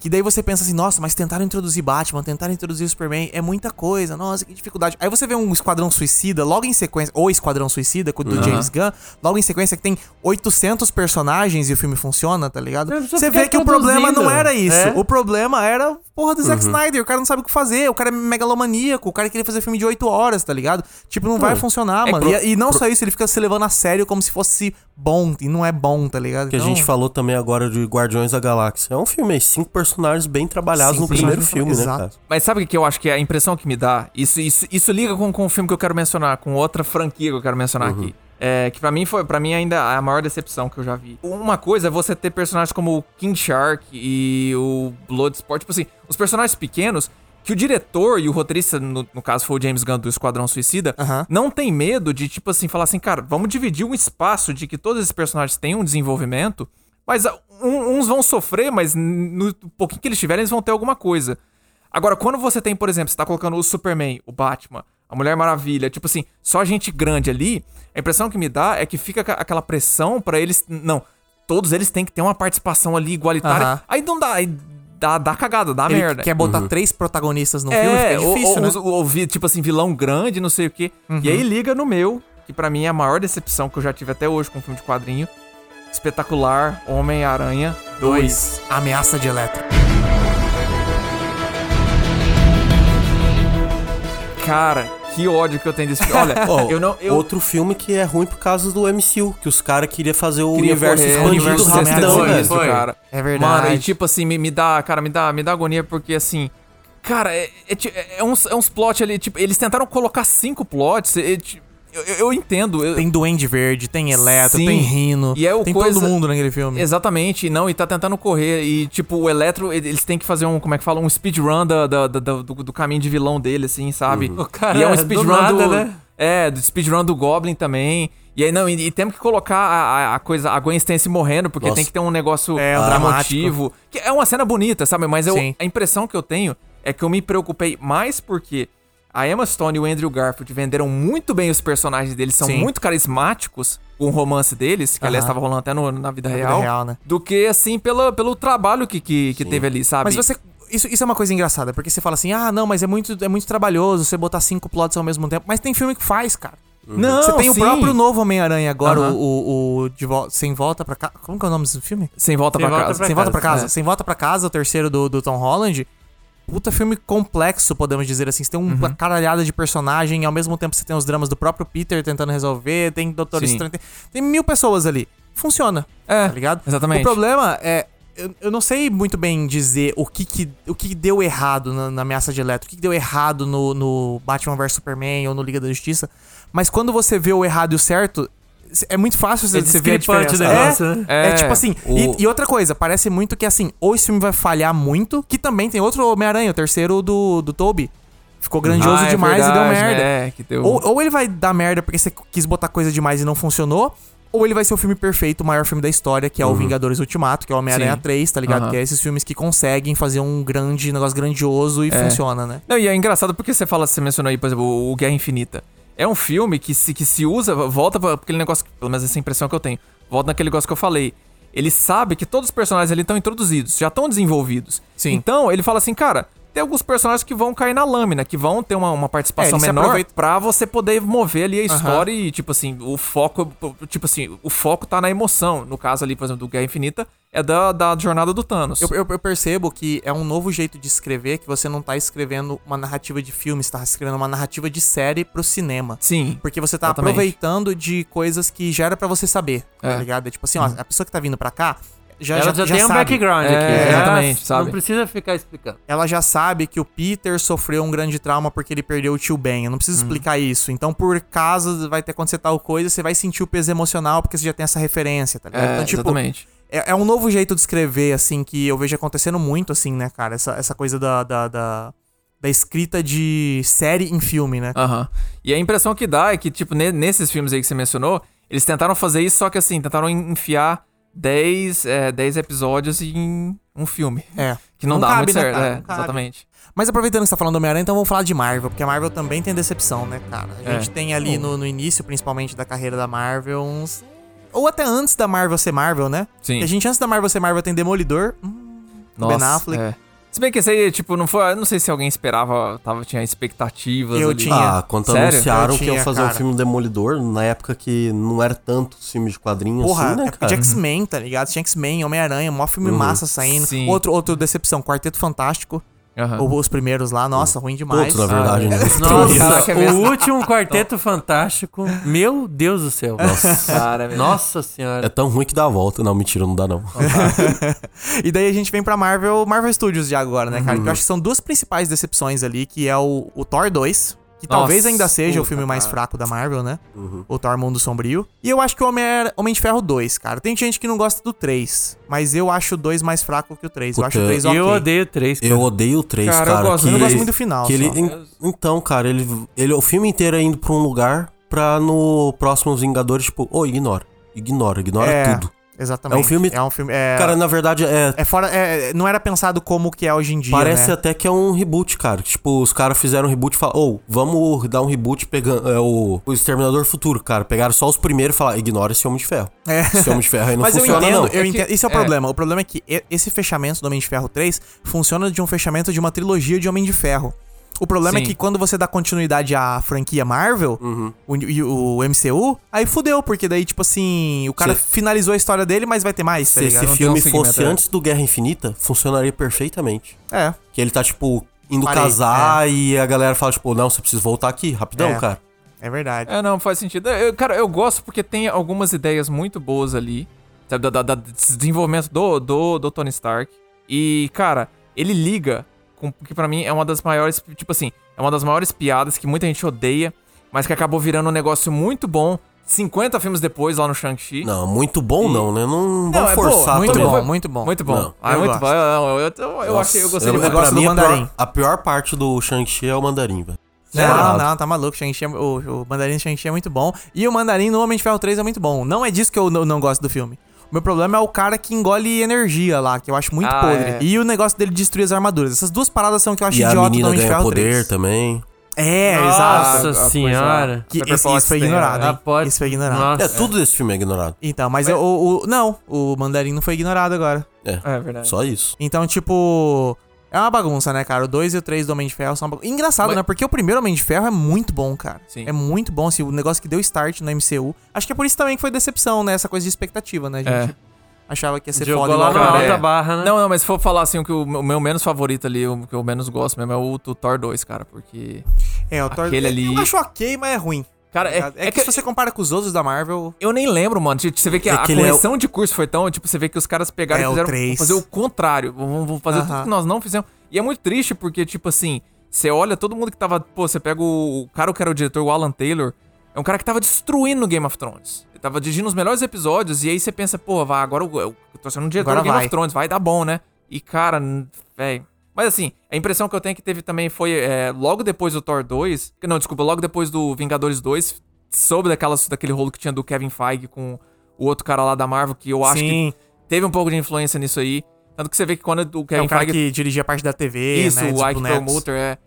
S3: Que daí você pensa assim, nossa, mas tentaram introduzir Batman, tentaram introduzir Superman, é muita coisa, nossa, que dificuldade. Aí você vê um Esquadrão Suicida, logo em sequência, ou Esquadrão Suicida, com o
S6: Uhum.
S3: do James Gunn, logo em sequência que tem 800 personagens e o filme funciona, tá ligado?
S4: Eu preciso
S3: Você
S4: ficar
S3: vê que o problema não
S4: introduzindo.
S3: era isso.
S4: É.
S3: O problema era porra do Zack
S6: Uhum.
S3: Snyder. O cara não sabe o que fazer. O cara é megalomaníaco. O cara queria fazer filme de 8 horas, tá ligado? Tipo, não vai funcionar, mano.
S6: é pro-
S3: e, e não só isso, ele fica se levando a sério como se fosse bom. E não é bom, tá ligado?
S5: Que a gente falou também agora de Guardiões da Galáxia. É um filme aí, cinco personagens bem trabalhados
S3: Cinco
S5: no primeiro
S3: personagens,
S5: filme, né,
S3: exato.
S5: cara?
S6: Mas sabe o que eu acho que é a impressão que me dá? Isso, isso, isso liga com, com o filme que eu quero mencionar, com outra franquia que eu quero mencionar aqui. É, que pra mim foi, para mim ainda é a maior decepção que eu já vi. Uma coisa é você ter personagens como o King Shark e o Bloodsport, tipo assim, os personagens pequenos que o diretor e o roteirista, no, no caso foi o James Gunn do Esquadrão Suicida,
S3: Aham.
S6: não tem medo de, tipo assim, falar assim, cara, vamos dividir um espaço de que todos esses personagens tenham um desenvolvimento, mas ah, um- uns vão sofrer, mas no pouquinho que eles tiverem, eles vão ter alguma coisa. Agora, quando você tem, por exemplo, você tá colocando o Superman, o Batman, a Mulher Maravilha, tipo assim, só gente grande ali, a impressão que me dá é que fica ca- aquela pressão pra eles. Não, todos eles têm que ter uma participação ali igualitária.
S3: Aham.
S6: Aí não dá, aí dá, dá cagada, dá
S3: Ele
S6: merda. Uhum.
S3: quer botar três protagonistas no filme,
S6: É,
S3: fica difícil,
S6: ou,
S3: né? Uhum.
S6: ou, ou vi- tipo assim, vilão grande, não sei o quê. E aí liga no meu, que pra mim é a maior decepção que eu já tive até hoje com um filme de quadrinho. Espetacular Homem-Aranha 2.
S3: Ameaça de Electra.
S6: Cara, que ódio que eu tenho desse filme. Olha,
S5: Ó,
S6: eu não. Eu,
S5: Outro filme que é ruim por causa do MCU, que os caras queriam fazer o
S6: Queria
S5: universo
S6: fazer
S5: expandido
S6: universo
S5: rapidão,
S6: expandido,
S5: velho.
S6: isso, cara.
S3: É verdade.
S6: Mano, e tipo assim, me, me dá, cara, me dá, me dá agonia porque assim. Cara, é, é ti- é uns, é uns plot ali, tipo, eles tentaram colocar cinco plots. é ti- eu, eu- eu entendo. eu-
S3: Tem Duende Verde, tem Electra,
S6: Sim.
S3: tem Rino.
S6: E é o
S3: tem
S6: coisa-
S3: todo mundo naquele filme.
S6: Exatamente, não, e tá tentando correr. E, tipo, o Eletro, ele- eles têm que fazer um, como é que fala? Um speedrun da, da, da- da- do, do caminho de vilão dele, assim, sabe?
S3: Uhum.
S4: cara,
S6: e é um
S4: do
S6: speedrun do.
S4: nada, né?
S6: É, do speedrun do Goblin também. E aí, não, e, e temos que colocar a, a- a coisa, a Gwen Stacy morrendo, porque
S5: Nossa.
S6: tem que ter um negócio
S3: É, um dramático.
S6: emotivo. Que é uma cena bonita, sabe? Mas eu,
S3: Sim.
S6: a impressão que eu tenho é que eu me preocupei mais porque a Emma Stone e o Andrew Garfield venderam muito bem os personagens deles, são
S3: Sim.
S6: muito carismáticos com o romance deles, que aliás
S3: Aham.
S6: tava rolando até no- na vida
S3: vida
S6: real,
S3: real, né?
S6: do que assim pela, pelo trabalho que, que, que teve ali, sabe?
S3: Mas você. Isso, isso é uma coisa engraçada, porque você fala assim, ah, não, mas é muito, é muito trabalhoso você botar cinco plots ao mesmo tempo. Mas tem filme que faz, cara.
S6: Não,
S3: você tem o
S6: Oh, sim.
S3: próprio novo Homem-Aranha agora,
S6: Aham.
S3: o, o, o de Vol- Sem Volta pra Casa. Como que é o nome desse filme?
S6: Sem volta
S4: Sem
S6: pra
S4: volta
S6: casa.
S4: pra
S3: Sem Volta pra Casa.
S6: É.
S3: Sem Volta pra Casa, o terceiro do, do Tom Holland. Puta filme complexo, podemos dizer assim. Você tem uma caralhada de personagem, e ao mesmo tempo você tem os dramas do próprio Peter tentando resolver, tem Doutor
S6: Sim.
S3: Estranho. Tem, tem mil pessoas ali. Funciona.
S6: É,
S3: tá ligado?
S6: exatamente.
S3: O problema é. Eu, eu não sei muito bem dizer o que, que, o que que deu errado na, na ameaça de Electro, o que, que deu errado no, no Batman vs Superman ou no Liga da Justiça, mas quando você vê o errado e o certo, é muito fácil você,
S4: É
S3: você ver a
S4: discrepante o
S3: diferença.
S4: negócio,
S3: é,
S4: né?
S3: é,
S6: É,
S3: tipo assim. e-
S6: o-
S3: E, outra coisa, parece muito que assim, ou esse filme vai falhar muito, que também tem outro Homem-Aranha, o terceiro do, do Toby. Ficou grandioso
S6: Ah, é
S3: demais e deu
S6: verdade,
S3: merda.
S6: É, que deu.
S3: Ou, ou ele vai dar merda porque você quis botar coisa demais e não funcionou, ou ele vai ser o filme perfeito, o maior filme da história, que é o Vingadores Ultimato, que é o Homem-Aranha
S6: Sim.
S3: 3, tá ligado?
S6: Aham.
S3: Que é esses filmes que conseguem fazer um grande negócio grandioso e funciona, né?
S6: Não, e é engraçado porque você fala, você mencionou aí, por exemplo, o Guerra Infinita. É um filme que se, que se usa, volta pra aquele negócio, que- pelo menos essa é a impressão que eu tenho, volta naquele negócio que eu falei. Ele sabe que todos os personagens ali estão introduzidos, já estão desenvolvidos.
S3: Sim.
S6: Então, ele fala assim, cara, tem alguns personagens que vão cair na lâmina, que vão ter uma, uma participação
S3: É, ele se
S6: menor
S3: aproveita-
S6: pra você poder mover ali a história e, tipo assim, o foco, tipo assim, o foco tá na emoção. No caso ali, por exemplo, do Guerra Infinita, é da, da jornada do Thanos.
S3: Eu, eu- eu percebo que é um novo jeito de escrever, que você não tá escrevendo uma narrativa de filme, você tá escrevendo uma narrativa de série pro cinema.
S6: Sim.
S3: Porque você tá
S6: Exatamente.
S3: aproveitando de coisas que já era pra você saber, tá
S6: É.
S3: ligado? É tipo assim, ó, a pessoa que tá vindo pra cá É, já,
S4: Ela já, tem um
S3: sabe.
S4: background
S6: É,
S4: aqui. já
S6: exatamente, sabe?
S4: Não precisa ficar explicando.
S3: ela já sabe que o Peter sofreu um grande trauma porque ele perdeu o tio Ben. Eu não
S6: Uhum.
S3: preciso explicar isso. Então, por caso vai ter acontecer tal coisa, você vai sentir o peso emocional porque você já tem essa referência, tá ligado?
S6: É,
S3: então, tipo,
S6: exatamente.
S3: é, é um novo jeito de escrever, assim, que eu vejo acontecendo muito, assim, né, cara? Essa, essa coisa da, da, da, da escrita de série em filme, né?
S6: Aham. E a impressão que dá é que, tipo, ne- nesses filmes aí que você mencionou, eles tentaram fazer isso, só que assim, tentaram en- enfiar 10, é, 10 episódios em um filme.
S3: É.
S6: Que não,
S3: Não
S6: dá
S3: cabe,
S6: muito
S3: né,
S6: certo.
S3: cara?
S6: é,
S3: Não cabe.
S6: exatamente.
S3: Mas aproveitando que você tá falando do Homem-Aranha, então vamos falar de Marvel, porque a Marvel também tem decepção, né, cara? A gente
S6: É.
S3: tem ali no, no início, principalmente da carreira da Marvel, uns. Ou até antes da Marvel ser Marvel, né?
S6: Sim.
S3: Que a gente, antes da Marvel ser Marvel, tem Demolidor. Hum,
S6: Nossa,
S3: Ben Affleck.
S6: é. Se bem que esse aí, tipo, não foi. eu Não sei se alguém esperava, tava, tinha expectativas.
S3: Eu
S6: ali.
S3: tinha.
S5: Ah, quando
S6: Sério?
S5: anunciaram
S3: Eu
S5: que
S3: tinha,
S5: iam fazer um
S3: cara.
S5: filme Demolidor, na época que não era tanto filme de quadrinhos
S3: Porra,
S5: assim, né,
S3: época
S5: cara?
S3: de X-Men, tá ligado? Tinha X-Men, Homem-Aranha, mó filme massa saindo.
S6: Uhum. Sim.
S3: Outro, outro decepção, Quarteto Fantástico.
S6: Aham.
S3: Ou os primeiros lá, nossa, ruim demais.
S5: Todos, na verdade, né?
S6: Caraca,
S4: Nossa,
S6: é mesmo?
S4: o último
S6: Então.
S4: Quarteto Fantástico. Meu Deus do céu.
S6: Cara, meu-
S4: Nossa
S5: É
S4: senhora.
S5: tão ruim que dá a volta. Não, mentira, não dá não.
S3: E daí a gente vem pra Marvel, Marvel Studios de agora, né, cara? Que eu acho que são duas principais decepções ali, que é o, o Thor 2, que
S6: Nossa,
S3: talvez ainda seja o
S6: puta,
S3: filme mais
S6: cara.
S3: fraco da Marvel, né? O Thor Mundo Sombrio. E eu acho que o Homem, Homem de Ferro 2, cara. Tem gente que não gosta do 3, mas eu acho o 2 mais fraco que o 3. Eu
S5: Puta,
S3: acho o 3
S4: E
S3: ok.
S4: eu odeio três.
S5: Eu odeio o 3,
S6: Cara,
S5: cara.
S6: eu gosto-
S5: que,
S3: Eu não gosto
S6: três,
S3: muito do final,
S5: que ele,
S3: só.
S5: en- Então, cara, ele, ele o filme inteiro é indo pra um lugar pra no próximo Vingadores, tipo, ô, ignora. Ignora, ignora
S3: É,
S5: tudo.
S3: Exatamente.
S5: É um filme-
S3: É um filme. É,
S5: Cara, na verdade, é.
S3: é fora. é- não era pensado como que é hoje em dia.
S5: Parece
S3: né?
S5: até que é um reboot, cara. Tipo, os caras fizeram um reboot e falaram, ô, vamos dar um reboot pegando é, o, o Exterminador Futuro, cara. Pegaram só os primeiros e falaram, ignora esse Homem de Ferro.
S3: É.
S5: Esse Homem de Ferro aí não
S3: Mas eu
S5: funciona,
S3: entendo,
S5: não.
S3: eu
S6: É que-
S3: entendo. Esse é o
S6: é.
S3: problema. O problema é que e- esse fechamento do Homem de Ferro 3 funciona de um fechamento de uma trilogia de Homem de Ferro. O problema é
S6: Sim.
S3: que quando você dá continuidade à franquia Marvel o, e o MCU, aí fudeu, porque daí, tipo assim, o cara
S5: Se-
S3: finalizou a história dele, mas vai ter mais, tá
S5: Se
S3: ligado?
S5: esse
S3: Não tem
S5: filme
S3: um segmento,
S5: fosse
S3: é.
S5: antes do Guerra Infinita, funcionaria perfeitamente.
S3: É.
S5: Que ele tá, tipo, indo
S3: Parei,
S5: casar e a galera fala, tipo, não, você precisa voltar aqui, rapidão,
S3: É.
S5: cara.
S3: É verdade.
S6: É, não, faz sentido. Eu- cara, eu gosto porque tem algumas ideias muito boas ali, sabe? Da, da- da- desse desenvolvimento do, do, do Tony Stark. E, cara, ele liga com o que pra mim é uma das maiores, tipo assim, é uma das maiores piadas que muita gente odeia, mas que acabou virando um negócio muito bom 50 filmes depois lá no Shang-Chi.
S5: Não, muito bom não, né? Não,
S6: Não,
S5: vamos
S6: é
S5: forçar.
S6: boa,
S3: muito
S5: também.
S3: Tá, bom,
S6: foi-
S3: muito bom.
S6: Muito bom.
S5: Não,
S6: ah, é
S3: eu
S6: muito
S3: gosto.
S6: bom. Eu, eu, eu, eu achei, eu gostei
S5: Eu-
S6: demais.
S5: pra
S3: gosto do
S5: mim, a pior-
S3: Mandarim.
S5: A pior parte do Shang-Chi é o mandarim, velho.
S3: Não, não, tá maluco. Shang-Chi é- o, o Mandarim do Shang-Chi é muito bom. E o Mandarim no Homem de Ferro 3 é muito bom. Não é disso que eu não, não gosto do filme. O meu problema é o cara que engole energia lá, que eu acho muito
S6: Ah,
S3: podre.
S6: é.
S3: E o negócio dele destruir as armaduras. Essas duas paradas são que eu acho
S5: E a
S3: idiota do
S5: menina
S3: Homem de
S5: ganha
S3: Ferro
S5: poder
S3: 3.
S5: também.
S3: É,
S4: Nossa
S3: exato.
S6: Ah,
S4: senhora.
S3: Que
S6: Pepper
S3: esse-
S6: Potts
S3: isso foi
S6: tem,
S3: ignorado,
S6: né?
S3: hein?
S4: Ah, pode-
S3: Isso foi ignorado.
S5: É,
S4: Nossa.
S5: tudo desse filme é ignorado.
S3: Então, mas eu- o, o- Não, o Mandarim não foi ignorado agora.
S5: É,
S6: É verdade.
S5: só isso.
S3: Então, tipo. É uma bagunça, né, cara? O 2 e o 3 do Homem de Ferro são uma bagunça. Engraçado,
S6: Mas-
S3: né? Porque o primeiro Homem de Ferro é muito bom, cara.
S6: Sim.
S3: É muito bom, assim, o negócio que deu start no MCU. Acho que é por isso também que foi decepção, né? Essa coisa de expectativa, né, gente?
S6: É.
S3: Achava que ia ser
S6: Jogou
S3: foda
S6: lá
S3: igual
S6: na
S3: cara.
S6: alta
S3: É.
S4: barra, né?
S6: Não, não, mas se for falar assim, o, que o, o meu menos favorito ali, o que eu menos gosto mesmo é o do Thor 2, cara, porque.
S3: É, o Thor...
S6: Aquele ali-
S3: Eu acho ok, mas é ruim.
S6: Cara, é,
S3: É, que, se você compara com os outros da Marvel...
S6: Eu nem lembro, mano. Tipo, Você vê que
S5: É
S6: a
S5: que ele é o-
S6: correção de curso foi tão. Tipo, você vê que os caras pegaram
S3: É,
S6: e
S3: o
S6: fizeram.
S3: três.
S6: Vamos fazer o contrário. Vamos, vamos fazer tudo
S3: Aham.
S6: que nós não fizemos. E é muito triste porque, tipo assim, você olha todo mundo que tava. Pô, você pega o, o cara que era o diretor, o Alan Taylor. É um cara que tava destruindo o Game of Thrones. Ele tava dirigindo os melhores episódios. E aí você pensa, pô, vá, agora eu, eu tô sendo um diretor
S3: Agora
S6: do Game
S3: vai.
S6: of Thrones. Vai dar bom, né? E, cara, n- véi. Mas assim, a impressão que eu tenho que teve também foi é, logo depois do Thor 2. que Não, desculpa, logo depois do Vingadores 2, soube daquela, daquele rolo que tinha do Kevin Feige com o outro cara lá da Marvel, que eu acho
S3: Sim.
S6: que teve um pouco de influência nisso aí. Tanto que você vê que quando o
S3: É
S6: Kevin
S3: o cara
S6: Feige.
S3: que dirigia a parte da TV,
S6: isso,
S3: né? dos
S6: o Ike
S3: bonecos.
S6: Promoter, é.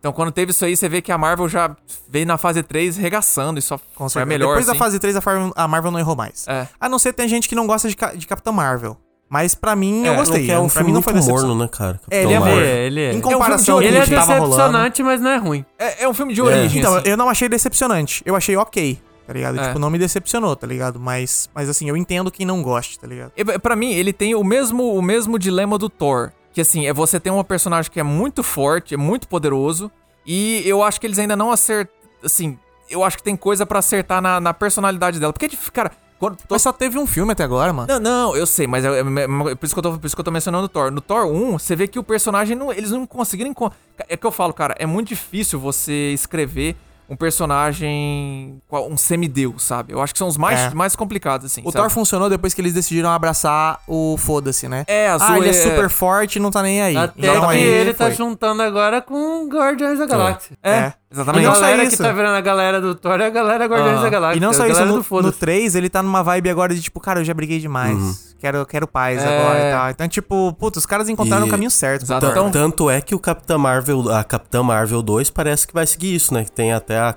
S6: Então quando teve isso aí, você vê que a Marvel já veio na fase 3 regaçando e só
S3: Com
S6: foi a
S3: certeza.
S6: melhor.
S3: Depois da
S6: assim.
S3: fase 3, a Far- a Marvel não errou mais.
S6: É.
S3: A não ser tem gente que não gosta de, Ca- de Capitão Marvel. Mas pra mim, eu
S6: É,
S3: gostei.
S5: Que é um
S3: pra
S5: filme
S3: mim não
S5: muito
S3: foi decepção.
S5: morno, né, cara?
S3: É, ele é
S5: Capitão Marvel.
S3: morno.
S4: É, ele é.
S3: Em comparação
S6: É um
S3: com
S6: filme
S4: Ele
S6: de
S4: é
S3: o que tava rolando.
S4: decepcionante, mas não é ruim.
S6: É, é um filme de origem,
S3: Então,
S6: assim.
S3: eu não achei decepcionante. Eu achei ok, tá ligado?
S6: É.
S3: Tipo, não me decepcionou, tá ligado? Mas, mas assim, eu entendo quem não gosta, tá ligado?
S6: E, é, Pra mim, ele tem o mesmo, o mesmo dilema do Thor. Que assim, é você tem um personagem que é muito forte, é muito poderoso. E eu acho que eles ainda não acertam. Assim, eu acho que tem coisa pra acertar na, na personalidade dela. Porque, é dif- cara, quando.
S3: Mas só teve um filme até agora, mano.
S6: Não, não, eu sei, mas é, é- é por, isso que eu tô, por isso que eu tô mencionando o Thor. No Thor 1, você vê que o personagem, não, eles não conseguiram... enco- É que eu falo, cara, é muito difícil você escrever um personagem, qual- um semideus, sabe? Eu acho que são os mais,
S3: É.
S6: mais complicados, assim.
S3: O
S6: sabe?
S3: Thor funcionou depois que eles decidiram abraçar o foda-se, né?
S6: É, a
S3: Ah,
S6: zoe-
S3: ele é
S6: é-
S3: super forte e não tá nem aí.
S4: Até
S3: então,
S4: que
S3: aí
S4: ele tá
S3: foi.
S4: juntando agora com Guardiões da Galáxia.
S6: É,
S3: É.
S4: A
S6: exatamente.
S3: E não só
S4: galera que
S3: isso.
S4: tá virando a galera do Thor é a galera Guardiões
S6: Ah.
S4: da Galáxia.
S3: E não só
S4: a
S3: isso,
S4: galera
S3: no,
S4: do foda
S3: no 3 ele tá numa vibe agora de tipo, cara, eu já briguei demais. Quero, quero paz
S6: É.
S3: agora e tal. Então, tipo, putz, os caras encontraram
S5: E-
S3: o caminho certo. pro
S6: Exato.
S3: Thor.
S6: Então-
S5: Tan- Tanto é que o Capitã Marvel, a Capitã Marvel 2 parece que vai seguir isso, né? Que tem até a,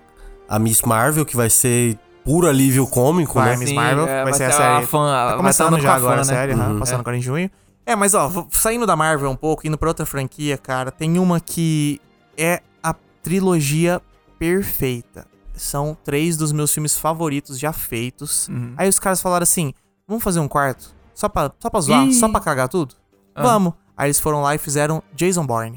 S5: a Miss Marvel, que vai ser puro alívio cômico,
S3: Vai,
S5: né?
S3: Miss
S6: Sim,
S3: Marvel,
S6: é,
S3: vai
S6: vai
S3: ser
S6: ter
S3: a
S6: a
S3: série.
S6: fã- vai
S3: tá
S6: ter
S3: começando
S6: andando
S3: já
S6: com a
S3: agora
S6: fã,
S3: a
S6: né?
S3: série, aham, passando agora em junho. É, mas ó, v- saindo da Marvel um pouco, indo pra outra franquia, cara, tem uma que é a trilogia perfeita. São três dos meus filmes favoritos já feitos. Aí os caras falaram assim: vamos fazer um quarto? Só pra, só pra zoar? Só pra cagar tudo? Vamos. Aí eles foram lá e fizeram Jason Bourne.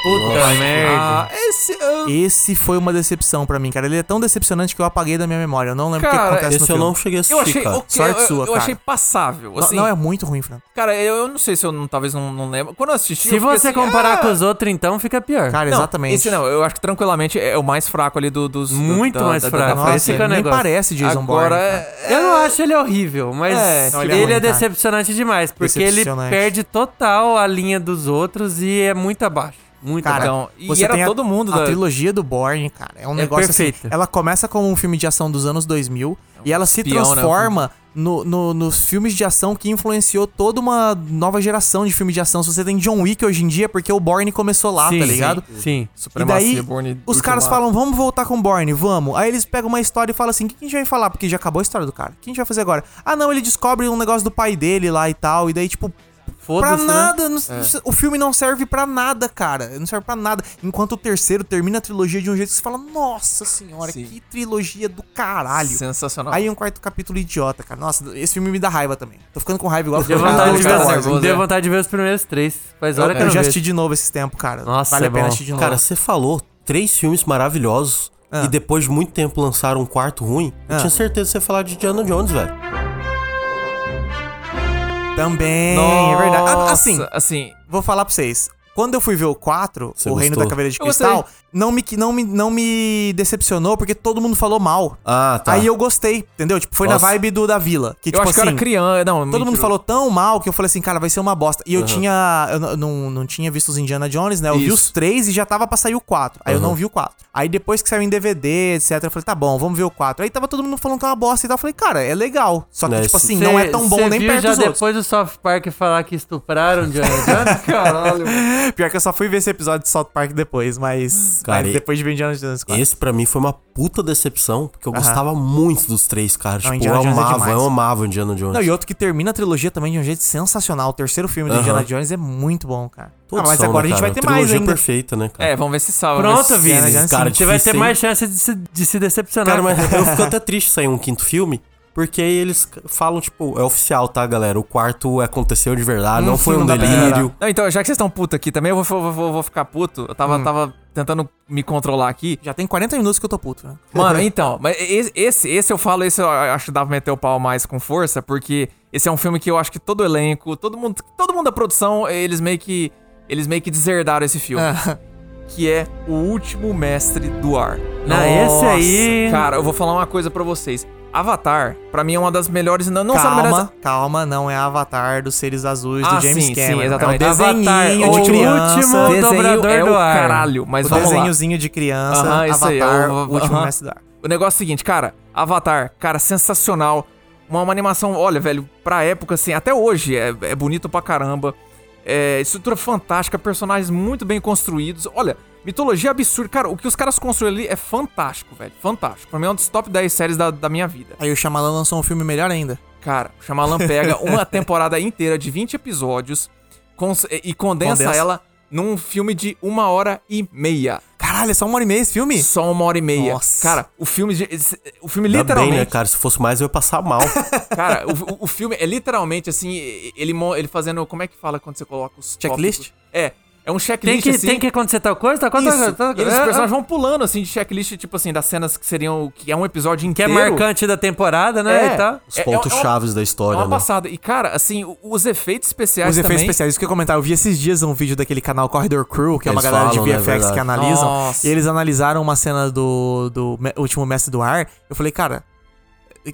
S4: Puta merda.
S6: Ah, esse... ah,
S3: Esse foi uma decepção pra mim, cara. Ele é tão decepcionante que eu apaguei da minha memória. Eu não lembro o que
S6: Cara,
S3: acontece no
S5: Esse eu
S3: filme.
S5: não cheguei a assistir,
S6: eu achei...
S5: cara.
S6: ok,
S3: Sorte
S6: eu,
S3: sua,
S6: eu
S3: cara.
S6: achei passável,
S3: Não-
S6: assim.
S3: não, é muito ruim, Fran.
S6: Cara, eu, eu não sei se eu não, talvez não, não lembro. Quando eu assisti...
S4: Se
S6: eu fiquei
S4: você
S6: assim,
S4: comparar
S6: ah,
S4: com os outros, então fica pior.
S3: Cara,
S6: Não,
S3: exatamente.
S6: Esse não, eu acho que tranquilamente é o mais fraco ali do, dos. do-
S4: Muito
S6: da-
S4: mais
S6: da- da
S4: fraco.
S6: frente.
S3: Nossa,
S4: Esse que é o
S3: ele nem
S4: negócio.
S3: parece Jason Bourne.
S6: Agora
S3: cara.
S6: é.
S4: Eu não acho ele horrível, mas
S6: É, não,
S4: ele,
S3: ele
S4: é,
S3: é ruim, cara.
S4: decepcionante demais, porque
S3: Decepcionante.
S4: ele perde total a linha dos outros e é muito abaixo. Muito
S3: Cara,
S4: abaixo.
S6: Então, e era
S3: tem a-
S6: todo mundo
S3: A
S6: da-
S3: trilogia do Bourne, cara, é um negócio
S4: perfeita.
S3: assim. Ela começa como um filme de ação dos anos 2000 e ela se
S6: espião, né,
S3: transforma no- no- nos filmes de ação que influenciou toda uma nova geração de filmes de ação. Se você tem John Wick hoje em dia, é porque o Bourne começou lá, tá ligado?
S4: Sim.
S3: E daí, os caras falam, vamos voltar com o Borne, vamos. Aí eles pegam uma história e falam assim, o que que a gente vai falar? Porque já acabou a história do cara. O que a gente vai fazer agora? Ah, não, ele descobre um negócio do pai dele lá e tal. E daí, tipo, pra
S4: Foda-se, né?
S3: nada. não- O filme não serve pra nada, cara. Não serve pra nada. Enquanto o terceiro termina a trilogia de um jeito que você fala, nossa senhora,
S6: Sim.
S3: que trilogia do caralho.
S6: Sensacional.
S3: Aí um quarto capítulo idiota, cara. Nossa, esse filme me dá raiva também. Tô ficando com raiva igual
S4: Deu
S3: eu
S6: Cara,
S4: vontade, de
S6: cara,
S4: ver, os-
S6: nervoso,
S4: deu
S6: é.
S4: vontade de ver os primeiros três. Faz hora que eu
S3: Eu
S4: não
S3: já
S4: vejo.
S3: assisti de novo esse tempo, cara.
S4: Nossa,
S3: vale
S4: é
S3: a pena
S4: bom.
S3: assistir de novo.
S5: Cara, você falou três filmes maravilhosos
S3: Ah.
S5: e depois de muito tempo lançaram um quarto ruim. Eu
S3: Ah.
S5: tinha certeza que você ia falar de Diana Jones, velho.
S3: também,
S6: Nossa,
S3: é verdade. Ah, Assim,
S6: assim.
S3: Vou falar pra vocês. Quando eu fui ver o 4,
S5: Você
S3: O Reino
S5: gostou?
S3: da Caveira de
S6: Eu gostei.
S3: Cristal, não me, não, me, não me decepcionou porque todo mundo falou mal.
S5: Ah, tá.
S3: Aí eu gostei, entendeu? Tipo, foi
S5: Nossa.
S3: na vibe do da vila. Que,
S6: Eu
S3: tipo
S6: acho que eu
S3: assim,
S6: era criança. Não,
S3: todo mundo
S6: mentira.
S3: falou tão mal que eu falei assim, cara, vai ser uma bosta. E eu tinha. Eu n- não, não tinha visto os Indiana Jones, né? Eu vi
S6: Isso.
S3: os três e já tava pra sair o 4. Aí eu não vi o 4. Aí depois que saiu em DVD, etc., eu falei, tá bom, vamos ver o 4. Aí tava todo mundo falando que é uma bosta e tal. Eu falei, cara, é legal. Só que,
S5: Né,
S3: tipo assim,
S4: Cê-
S3: não é tão bom
S4: cê
S3: nem
S4: viu
S3: perto
S4: já
S3: dos outros.
S4: depois do South Park falar que estupraram Johnny Jones? Caralho.
S3: Pior que eu só fui ver esse episódio de South Park depois, mas. Jones.
S5: Cara,
S3: mas
S5: e-
S3: depois de ver Indiana Jones 4.
S5: Esse pra mim foi uma puta decepção, porque eu gostava muito dos três, cara. tipo,
S3: Indiana
S5: eu
S3: Jones é
S5: amava,
S3: demais.
S5: eu amava Indiana Jones.
S3: Não, e outro que termina a trilogia também de um jeito sensacional. O terceiro filme do
S5: Aham.
S3: Indiana Jones é muito bom, cara.
S5: Todos
S3: Ah, mas
S5: são, né,
S3: agora a gente
S5: cara?
S3: vai ter
S5: Trilogia
S3: mais ainda.
S5: perfeita, né, cara?
S6: É, vamos ver se salva.
S4: Pronto,
S6: mas-
S4: Vini.
S3: Indiana Jones
S5: cara,
S4: Você vai ter
S5: difícil,
S4: mais chance de se, de se decepcionar.
S5: Cara, mas eu fico até triste sair um quinto filme, porque aí eles c- falam, tipo, é oficial, tá, galera? O quarto aconteceu de verdade, não foi
S3: Hum, sim,
S5: um
S3: não dá pra
S5: delírio.
S6: Não, então, já que vocês estão puto aqui também, eu vou, vou, vou- vou ficar puto. Eu
S3: Hum.
S6: tava, tava tentando me controlar aqui.
S3: Já tem 40 minutos que eu tô puto, né?
S6: Mano, então, mas esse, esse, esse eu falo, esse eu acho que dá pra meter o pau mais com força, porque esse é um filme que eu acho que todo elenco, todo mundo, todo mundo da produção, eles meio que. Eles meio que deserdaram esse filme.
S4: Ah.
S6: que é O Último Mestre do Ar.
S4: Não, esse aí-
S6: Cara, eu vou falar uma coisa pra vocês. Avatar, pra mim, é uma das melhores. Não, não só a melhor-
S3: calma, calma, não é Avatar dos Seres Azuis
S6: Ah,
S3: do James
S6: sim, sim,
S3: Cameron.
S6: exatamente.
S3: É um desenhinho
S6: Avatar,
S3: de
S6: o
S3: criança.
S4: último
S6: Desenho
S4: Dobrador
S6: é
S4: do
S6: o
S4: ar.
S6: caralho, mas
S3: O
S6: vamos lá.
S3: desenhozinho de criança,
S6: Aham, isso aí,
S3: Avatar,
S6: é o-
S3: o último
S6: aham.
S3: mestre da arte.
S6: O negócio é o seguinte, cara, Avatar, cara, sensacional. Uma, uma animação, olha, velho, pra época, assim, até hoje é, é bonito pra caramba. É, estrutura fantástica, personagens muito bem construídos. Olha, mitologia absurda. Cara, o que os caras construíram ali é fantástico, velho. Fantástico. Pra mim é um dos top 10 séries da, da minha vida.
S3: Aí o Shyamalan lançou um filme melhor ainda.
S6: Cara, o Shyamalan pega uma temporada inteira de 20 episódios cons- e- e condensa,
S3: Condensa.
S6: ela num filme de uma hora e meia.
S3: Caralho, é só uma hora e meia esse filme?
S6: Só uma hora e meia.
S3: Nossa.
S6: Cara, o filme, de- esse- o filme
S5: Ainda bem,
S6: literalmente...
S5: né, cara? Se fosse mais, eu ia passar mal.
S6: Cara, o, o- o filme é literalmente assim, ele, mo- ele fazendo. Como é que fala quando você coloca os.
S3: Checklist?
S6: tópicos? É. É um
S4: tem,
S6: checklist.
S4: que,
S6: assim,
S4: tem que acontecer tal coisa, tal coisa,
S6: Isso.
S4: tal coisa.
S6: E eles, os
S4: É,
S6: personagens vão pulando, assim, de checklist, tipo assim, das cenas que seriam. que é um episódio
S4: Que é
S6: inteiro.
S4: marcante da temporada, né?
S6: É.
S4: E tal.
S5: Os
S6: É- é-
S5: pontos
S6: é uma-
S5: chaves da
S6: É
S5: história,
S6: uma
S5: né?
S6: passada. E, cara, assim, o- os efeitos especiais.
S3: Os efeitos
S6: também,
S3: especiais, isso que eu ia comentar. Eu vi esses dias um vídeo daquele canal Corridor Crew, que é uma
S5: Eles
S3: galera
S5: falam,
S3: de
S5: né,
S3: VFX que
S5: verdade.
S3: analisam.
S6: Nossa.
S3: E eles analisaram uma cena do, do Me- Último Mestre do Ar. Eu falei, cara.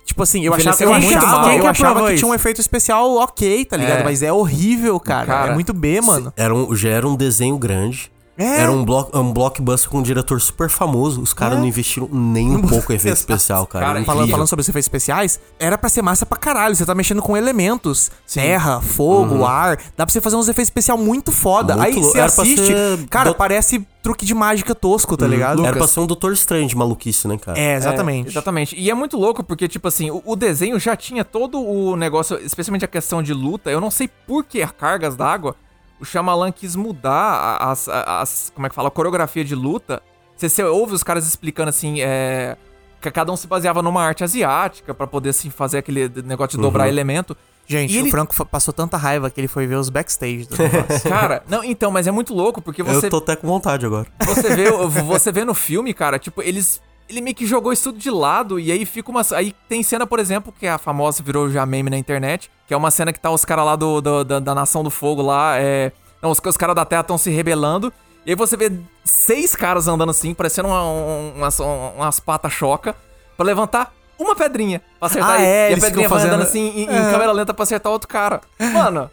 S3: Tipo assim, eu achava, eu
S6: Envelheceu muito
S3: achava,
S6: mal.
S3: eu
S6: Quem que
S3: achava
S4: aprovou
S3: que tinha um
S4: isso?
S3: efeito especial ok, tá ligado?
S6: É.
S3: Mas é horrível, cara.
S6: Cara,
S3: É muito B, mano.
S5: Era um, já era um desenho grande.
S3: É.
S5: Era um, block, um blockbuster com um diretor super famoso. Os caras não investiram nem um pouco em efeito
S3: Exato.
S5: especial, cara.
S6: Cara,
S5: Era
S3: Falando,
S5: incrível.
S3: falando sobre os efeitos especiais, era pra ser massa pra caralho. Você tá mexendo com elementos. Terra, fogo, ar. Dá pra você fazer uns efeitos especiais muito foda.
S5: Uhum. Muito
S3: Aí
S5: louco.
S3: você
S5: Era pra
S3: assiste,
S5: ser
S3: cara,
S5: do-
S3: parece truque de mágica tosco, tá ligado?
S5: Era pra ser um Doutor Estranho de maluquice, né, cara?
S3: É,
S6: É,
S3: exatamente.
S6: exatamente. E é muito louco porque, tipo assim, o, o desenho já tinha todo o negócio, especialmente a questão de luta. Eu não sei por que cargas d'água o Shyamalan quis mudar as, as- Como é que fala? A coreografia de luta. Você, você ouve os caras explicando assim, é. Que cada um se baseava numa arte asiática pra poder assim, fazer aquele negócio de
S5: Uhum.
S6: dobrar elemento.
S3: Gente,
S6: E
S3: o
S6: ele-
S3: Franco fa- passou tanta raiva que ele foi ver os backstage do negócio.
S6: Cara, não, então, mas é muito louco porque você.
S5: Eu tô até com vontade agora.
S6: Você vê, você vê no filme, cara, tipo, eles. Ele meio que jogou isso tudo de lado e aí fica uma. Aí tem cena, por exemplo, que a famosa virou já meme na internet, que é uma cena que tá os caras lá do, do- da, da Nação do Fogo lá. É, não, os, os caras da Terra estão se rebelando. E aí você vê seis caras andando assim, parecendo uma- um- umas, umas patas choca, pra levantar uma pedrinha pra acertar
S3: Ah,
S6: ele.
S3: é,
S6: e a
S3: eles
S6: pedrinha
S3: ficam
S6: vai andando
S3: fazendo-
S6: assim em, em câmera lenta pra acertar outro cara. Mano,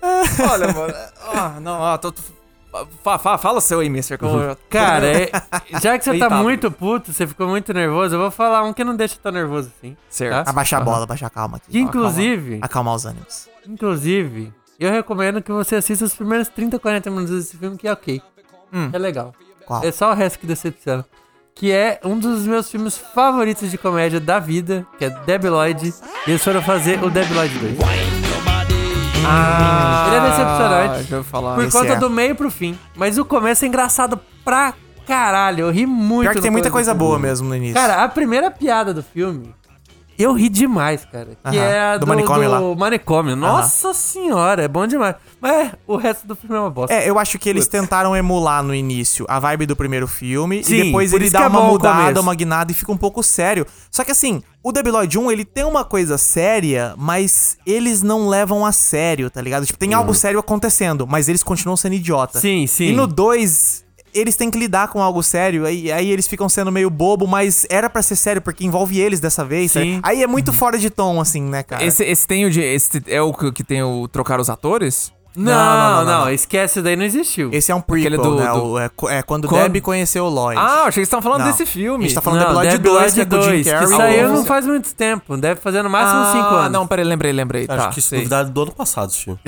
S6: olha, mano. Ah, não, ó, tô. tô- fa- fa- fala seu aí, Mister, que eu já tô-
S4: Cara, é- já que você tá
S6: Coitado.
S4: muito puto, você ficou muito nervoso, eu vou falar um que não deixa tão nervoso assim.
S6: Certo.
S4: Tá?
S3: abaixar a bola, abaixar a calma aqui.
S4: Que inclusive,
S6: Ah.
S3: Acalmar, acalmar os ânimos.
S4: inclusive, eu recomendo que você assista os primeiros 30, 40 minutos desse filme, que é ok.
S6: Hum.
S4: É legal.
S3: Qual?
S4: É só o resto que decepciona. Que é um dos meus filmes favoritos de comédia da vida, que é Debiloid. E eles foram fazer o Debiloid 2.
S6: Ah,
S4: Ele é decepcionante.
S6: Deixa eu falar.
S4: Por
S3: esse
S4: conta
S3: é.
S4: do meio pro fim. Mas o começo é engraçado pra caralho. Eu ri muito.
S3: Pior que
S4: do
S3: tem muita
S4: começo.
S3: coisa boa mesmo no início.
S4: Cara, a primeira piada do filme, eu ri demais, cara. Que
S3: Aham,
S4: é a
S3: do
S4: do,
S3: manicômio lá.
S4: do manicômio. Nossa senhora, é bom demais. Mas é, o resto do filme é uma bosta.
S3: É, eu acho que eles tentaram emular no início a vibe do primeiro filme e
S4: Sim,
S3: depois
S4: por
S3: ele
S4: isso
S3: dá
S4: que é
S3: uma
S4: bom o
S3: mudada,
S4: começo.
S3: uma guinada e fica um pouco sério. Só que assim, o Debiloid 1, ele tem uma coisa séria, mas eles não levam a sério, tá ligado? Tipo, tem algo sério acontecendo, mas eles continuam sendo idiota.
S4: Uhum. Sim, sim.
S3: E no 2, eles têm que lidar com algo sério, aí, aí eles ficam sendo meio bobo, mas era pra ser sério porque envolve eles dessa vez.
S4: Sim. Uhum.
S3: tá? Aí é muito fora de tom assim, né, cara?
S6: Esse, esse tem o de. Esse é o que que tem o trocar os atores?
S4: Não, não, não, Esquece, daí não existiu.
S3: Esse é um prequel,
S6: do-
S3: né?
S6: do-
S3: O- é, co- é quando,
S4: Quando-
S3: Deb conheceu o Lloyd.
S6: Ah, eu achei que vocês estavam falando
S3: Não.
S6: desse filme.
S3: A gente tá falando do
S4: não,
S3: episódio
S4: Dead
S3: 2, que é com o Jim
S4: 2,
S3: Carrey.
S4: Que saiu
S3: o-
S4: não faz muito tempo. Deve fazer no máximo 5
S6: Ah,
S4: anos.
S6: Não, peraí, lembrei, lembrei.
S5: Acho
S6: tá,
S5: que isso
S6: sei.
S5: duvidar é do ano passado, esse filme.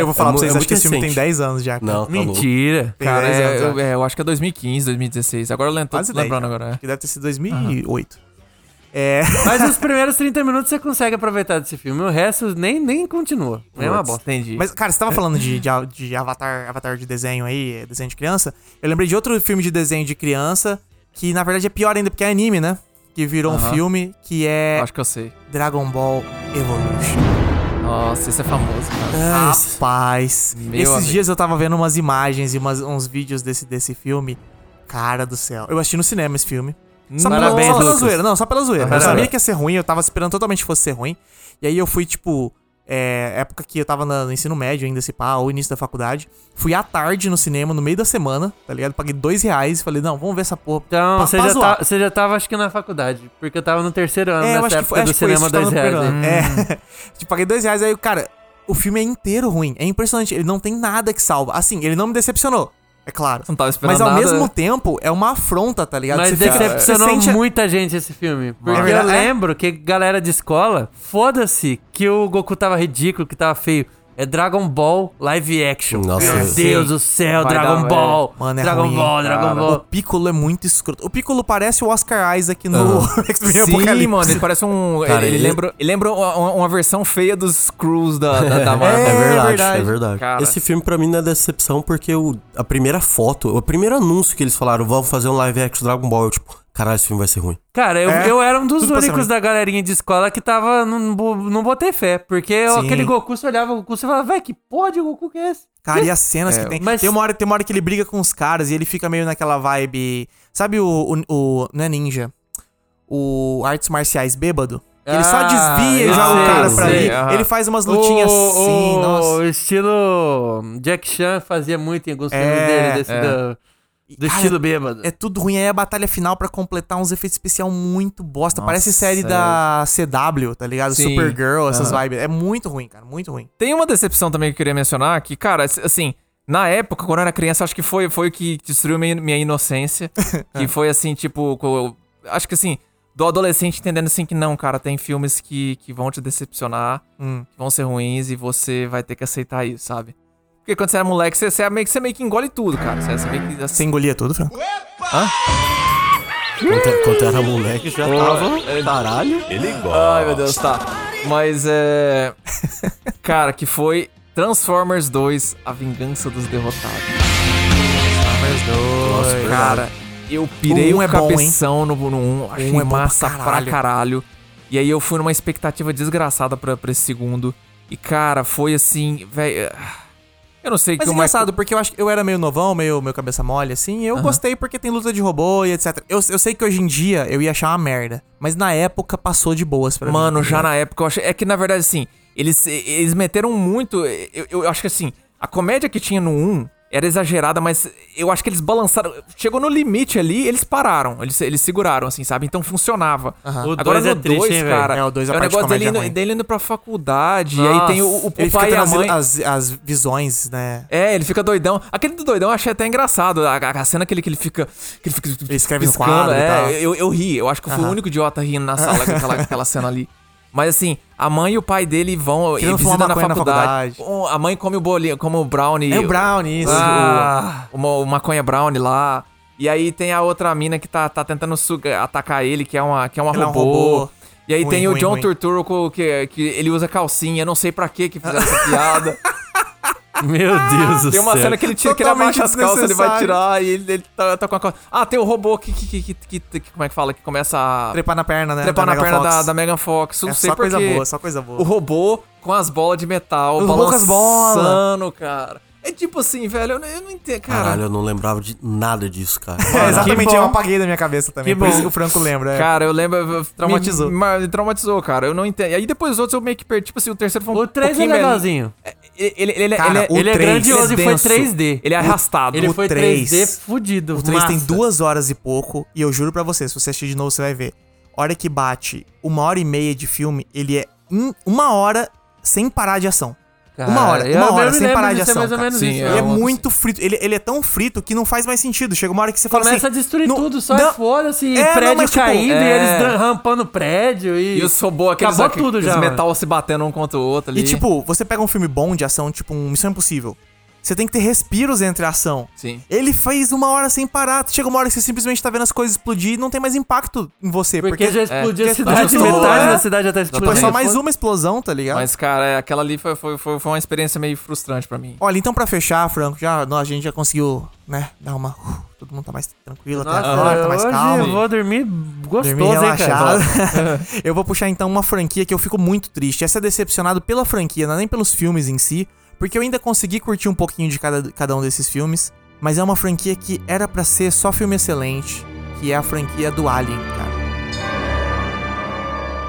S3: Eu vou falar pra vocês,
S5: É mu- é
S3: acho que
S5: muito
S3: esse filme tem
S5: recente.
S3: 10 anos já. cara.
S5: Não, tá louco.
S4: Mentira.
S3: Tem
S6: Cara,
S3: 10
S6: é,
S3: anos,
S6: eu,
S3: é.
S6: é, eu acho que é 2015, 2016. Agora eu tô
S3: Quase né? 10,
S6: lembrando
S3: cara.
S6: agora. é. né?
S3: Que deve ter sido 2008. É.
S4: Mas os primeiros 30 minutos você consegue aproveitar desse filme. O resto nem, nem continua. É uma
S6: Puts.
S4: bosta, entendi.
S3: Mas, cara, você tava falando de, de, a- de avatar, avatar de desenho aí, é, desenho de criança. Eu lembrei de outro filme de desenho de criança, que na verdade é pior ainda, porque é anime, né? Que virou um
S6: Aham.
S3: filme que é
S6: é. Acho que eu sei.
S3: Dragon Ball Evolution.
S6: Nossa, esse é famoso, cara.
S3: Rapaz.
S6: Meu
S3: Esses
S6: amigo.
S3: dias eu tava vendo umas imagens e umas- uns vídeos desse, desse filme. Cara do céu. Eu assisti no cinema esse filme. Só, pela-
S4: Parabéns,
S3: só pela
S4: Lucas.
S3: zoeira, não, só pela zoeira. Eu
S4: Parabéns.
S3: sabia que ia ser ruim, eu tava esperando totalmente que fosse ser ruim. E aí eu fui, tipo, é, época que eu tava na- no ensino médio ainda, se pá, ou início da faculdade. Fui à tarde no cinema, no meio da semana, tá ligado? Paguei dois reais e falei, não, vamos ver essa porra.
S4: Então,
S3: pra-
S4: você,
S3: pra
S4: já
S3: zoar.
S4: tá- você já tava, acho que na faculdade. Porque eu tava no terceiro ano,
S3: É, eu
S4: nessa
S3: acho que
S4: época
S3: foi, acho
S4: do
S3: que foi isso
S4: cinema
S3: que tava
S4: 10
S3: no
S4: reais. né?
S3: primeiro
S4: aí.
S6: Hum,
S3: ano. É. tipo, paguei dois reais, aí, cara, o filme é inteiro ruim. É impressionante, ele não tem nada que salva. Assim, ele não me decepcionou, é claro.
S6: Não tava esperando
S3: Mas ao
S6: nada.
S3: mesmo tempo, é uma afronta, tá ligado?
S4: Mas
S3: Você fica-
S4: decepcionou
S3: você sente-
S4: muita gente esse filme.
S3: É
S4: Porque eu
S3: verdade, é?
S4: lembro que galera de escola, foda-se que o Goku tava ridículo, que tava feio. É Dragon Ball live action.
S5: Nossa,
S4: Meu
S5: sim.
S4: Deus do céu,
S6: Vai
S4: Dragon
S6: dar-
S4: Ball.
S3: Mano, é
S4: Dragon
S3: ruim,
S4: Ball,
S6: cara.
S4: Dragon
S3: O
S4: Ball.
S3: Piccolo é muito escroto. O Piccolo parece o Oscar Isaac no
S4: Ah.
S3: X-Men
S6: Sim,
S3: Apocalipse.
S6: mano, ele parece um.
S5: Cara,
S6: ele, ele
S5: ele-
S6: lembra, ele lembra uma, uma versão feia dos Screws da, da, da
S5: É,
S6: Marvel.
S5: verdade,
S3: verdade.
S5: é verdade.
S6: Cara.
S5: Esse filme pra mim não é decepção porque o, a primeira foto, o primeiro anúncio que eles falaram, vamos fazer um live action Dragon Ball, eu tipo, caralho, esse filme vai ser ruim.
S4: Cara, eu,
S3: É,
S4: eu era um dos
S3: tudo pra cima.
S4: únicos da galerinha de escola que tava. Não, bo- não botei fé. Porque eu-
S3: Sim.
S4: aquele Goku, você olhava o Goku, você falava, vai, que porra de Goku que é esse?
S3: Cara, e as cenas que tem.
S4: mas-
S3: Tem, uma hora, tem uma hora que ele briga com os caras e ele fica meio naquela vibe. Sabe o. o, o- não é ninja? O Artes Marciais Bêbado? Ele só
S6: Ah,
S3: desvia e
S6: eu
S3: joga o
S6: sei,
S3: cara
S6: eu
S3: pra
S6: sei,
S3: ali.
S6: aham.
S3: Ele faz umas lutinhas
S4: O-
S3: assim,
S4: o
S3: nossa.
S4: estilo Jack Chan fazia muito em alguns filmes
S3: É,
S4: dele, desse
S6: é.
S4: do, do
S3: Cara,
S4: estilo bêbado.
S3: É tudo ruim. Aí a batalha final pra completar uns efeitos especial muito bosta.
S6: Nossa,
S3: Parece série da CW, tá ligado?
S6: Sim.
S3: Supergirl, essas
S6: Aham.
S3: vibes. É muito ruim, cara. Muito ruim.
S6: Tem uma decepção também que eu queria mencionar, que, cara, assim, na época, quando eu era criança, acho que foi, foi o que destruiu minha, minha inocência.
S3: É.
S6: que foi assim, tipo, co- acho que assim, do adolescente entendendo assim que não, cara, tem filmes que, que vão te decepcionar,
S3: Hum.
S6: que vão ser ruins e você vai ter que aceitar isso, sabe? Porque quando você era moleque, você, você, é meio, que- você meio que engole tudo, cara. Você, você meio que assim,
S3: Você engolia tudo, Fran?
S5: Quando, eu- quando eu é, era moleque, já tava. Caralho.
S6: Ai, meu Deus, tá. Mas é. Cara, que foi Transformers 2 A Vingança dos Derrotados. Transformers 2.
S5: verdade.
S6: cara, eu pirei
S3: O um
S6: um
S3: é bom,
S6: cabeção no, no 1. Achei
S3: Um é bom pra
S6: massa pra caralho.
S3: caralho.
S6: E aí eu fui numa expectativa desgraçada pra, pra esse segundo. E, cara, foi assim, velho. Eu não sei o
S3: Mas
S6: que
S3: é
S6: o Michael-
S3: engraçado, porque eu acho que eu era meio novão, meio, meio cabeça mole, assim. e Eu gostei porque tem luta de robô e etc. Eu, eu sei que hoje em dia eu ia achar uma merda. Mas na época passou de boas pra mim. tá
S6: Mano, já na época eu achei. É que na verdade, assim, eles, eles meteram muito. Eu, eu acho que assim, a comédia que tinha no 1 era exagerada, mas eu acho que eles balançaram. Chegou no limite ali, eles pararam. Eles, eles seguraram, assim, sabe? Então funcionava.
S3: Aham.
S4: O
S6: Agora
S4: dois é
S6: no
S4: triste,
S6: 2,
S4: hein, velho?
S6: cara.
S3: É, o dois a
S6: é o
S3: parte de
S6: negócio dele
S3: comédia é
S6: indo,
S3: ruim.
S6: dele indo pra faculdade. E aí tem o, o
S3: Ele
S6: pai e
S3: fica
S6: a
S3: trazendo
S6: mãe.
S3: as, as visões, né?
S6: É, ele fica doidão. Aquele do doidão eu achei até engraçado. A, a cena que ele, que ele fica. Que ele, fica
S3: escreve no
S6: piscando,
S3: quadro e
S6: é,
S3: tal.
S6: Eu, eu ri. Eu acho que eu fui o único idiota rindo na sala com aquela, com aquela cena ali. Mas assim, a mãe e o pai dele vão e
S3: Querendo fumar
S6: visitam na
S3: maconha na
S6: faculdade.
S3: faculdade.
S6: Um- A mãe come o bolinho, come o brownie.
S3: É o Brown, isso.
S6: Ah, uma, o maconha brownie lá. E aí tem a outra mina que tá, tá tentando suga- atacar ele, que é uma, que é uma
S3: Ela é um
S6: robô.
S3: robô.
S6: E aí
S3: Ruim,
S6: tem o
S3: ruim,
S6: John
S3: ruim.
S6: Turturro co- que, que ele usa calcinha, não sei pra que que fizeram essa piada.
S4: Meu Deus do
S6: Ah, Tem uma
S4: céu.
S6: cena que ele tira, que ele
S3: Totalmente
S6: abaixa as calças, ele vai
S3: desnecessário.
S6: tirar e ele, ele tá, tá com a calça. Ah, tem o robô que, que, que, que- que- que- Como é que fala? Que começa a trepar,
S3: Trepar na perna, né? da
S6: na
S3: Megan
S6: perna
S3: Fox.
S6: da, da Megan Fox. Não
S3: É
S6: sei
S3: só coisa
S6: porquê.
S3: boa, só coisa boa.
S6: O robô com as bolas de metal,
S3: O robô com as bolas.
S6: balançando, cara. É tipo assim, velho, eu não, eu não entendo, cara.
S5: Caralho, eu não lembrava de nada disso, cara.
S3: É, exatamente,
S4: Que
S3: eu
S4: bom.
S3: apaguei da minha cabeça também.
S4: Que
S3: por
S4: bom.
S3: isso que o Franco lembra. é.
S6: Cara, eu lembro. eu-
S3: Traumatizou.
S6: Me, me- me traumatizou, cara. Eu não entendo. E aí depois os outros eu meio que perdi. Tipo assim, o terceiro foi um
S4: O 3 é
S6: pouquinho melhor.
S4: legalzinho.
S6: Ele, ele, ele,
S3: Cara,
S6: ele,
S3: o
S6: ele é
S3: três,
S6: grandioso
S4: ele
S6: e
S4: é
S6: foi
S4: denso.
S6: 3D. Ele é arrastado.
S4: Ele
S3: o
S4: foi
S3: três.
S4: 3D fudido.
S3: O 3 tem
S4: massa.
S3: duas horas e pouco, e eu juro pra você, se você assistir de novo, você vai ver. Hora que um, bate uma hora e meia de filme, ele é em uma hora sem parar de ação.
S4: cara.
S3: Uma hora,
S4: Eu-
S3: uma
S4: eu
S3: hora,
S4: me
S3: sem
S4: lembro
S3: parar de
S4: disso, é
S3: ação,
S4: mais ou
S3: cara.
S4: menos
S6: Sim,
S4: isso.
S6: é
S3: Ele é
S6: uma coisa
S3: muito frito, ele, ele é tão frito que não faz mais sentido. Chega uma hora que você fala
S4: Começa
S3: assim...
S4: a destruir
S3: "Não-
S4: tudo, só
S3: não-
S4: é foda-se, e
S3: É, não,
S4: prédio
S3: mas, tipo,
S4: caindo, e
S6: é.
S4: eles dan- rampando prédio, e...
S6: E os robôs, aqueles,
S4: Acabou tudo
S6: aqueles
S4: já, mano.
S6: metal se batendo um contra o outro ali.
S3: E tipo, você pega um filme bom de ação, tipo um Missão Impossível. Você tem que ter respiros entre a ação.
S6: Sim.
S3: Ele fez uma hora sem parar. Chega uma hora que você simplesmente tá vendo as coisas explodir e não tem mais impacto em você. Porque,
S4: Porque,
S3: é,
S4: já explodiu a
S3: porque
S4: cidade,
S3: explodiu,
S4: metade
S3: é.
S4: da cidade já tá explodindo.
S3: foi só mais uma explosão, tá ligado?
S6: Mas, cara, é, aquela ali foi, foi, foi, foi uma experiência meio frustrante pra mim.
S3: Olha, então pra fechar, Franco, já, nós, a gente já conseguiu, né, dar uma... uf, todo mundo tá mais tranquilo até
S4: Nossa,
S3: agora, tá mais
S4: hoje
S3: calmo.
S4: eu vou dormir gostoso,
S3: Dormir
S4: hein, cara.
S3: relaxado. eu vou puxar então uma franquia que eu fico muito triste. Essa é decepcionado pela franquia, não é nem pelos filmes em si, porque eu ainda consegui curtir um pouquinho de cada, cada um desses filmes, mas é uma franquia que era pra ser só filme excelente, que é a franquia do Alien, cara.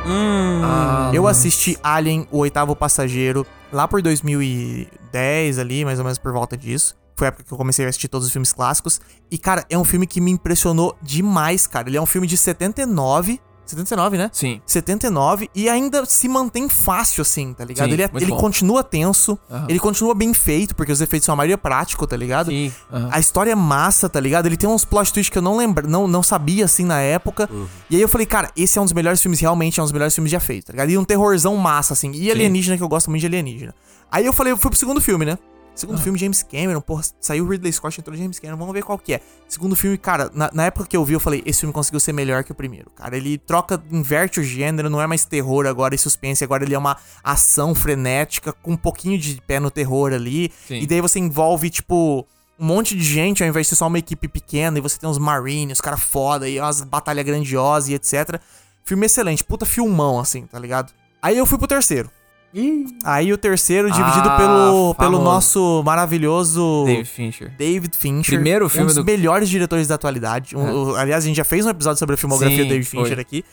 S3: Hum. eu assisti Alien, o oitavo passageiro, lá por 2010 ali, mais ou menos por volta disso. Foi a época que eu comecei a assistir todos os filmes clássicos. E, cara, é um filme que me impressionou demais, cara. Ele é um filme de 79. 79, né?
S6: Sim.
S3: 79 e ainda se mantém fácil, assim, tá ligado?
S6: Sim,
S3: ele é-
S6: muito
S3: ele
S6: bom.
S3: continua tenso,
S6: Aham.
S3: ele continua bem feito, porque os efeitos são a maioria prático, tá ligado?
S6: Sim, aham.
S3: A história é massa, tá ligado? Ele tem uns plot twists que eu não lembra, não, não sabia, assim, na época. E aí eu falei, cara, esse é um dos melhores filmes, realmente é um dos melhores filmes já feitos, tá ligado? E um terrorzão massa, assim. E alienígena, que eu gosto muito de alienígena. Aí eu falei, eu fui pro segundo filme, né?
S6: Ah.
S3: Segundo filme, James Cameron, porra, saiu Ridley Scott, entrou James Cameron, vamos ver qual que é. Segundo filme, cara, na, na época que eu vi, eu falei, esse filme conseguiu ser melhor que o primeiro, cara. Ele troca, inverte o gênero, não é mais terror agora e suspense, agora ele é uma ação frenética, com um pouquinho de pé no terror ali.
S6: Sim.
S3: E daí você envolve, tipo, um monte de gente, ao invés de ser só uma equipe pequena, e você tem uns marines, os cara foda, e umas batalhas grandiosas e etc. Filme excelente, puta filmão, assim, tá ligado? Aí eu fui pro terceiro.
S4: Ih,
S3: Aí o terceiro, dividido
S6: Ah,
S3: pelo, pelo
S6: famoso.
S3: nosso maravilhoso
S6: David Fincher.
S3: David Fincher.
S6: Primeiro filme
S3: um dos
S6: do-
S3: melhores diretores da atualidade. Um- o- aliás, a gente já fez um episódio sobre a filmografia
S6: Sim,
S3: do David Fincher
S6: foi.
S3: aqui.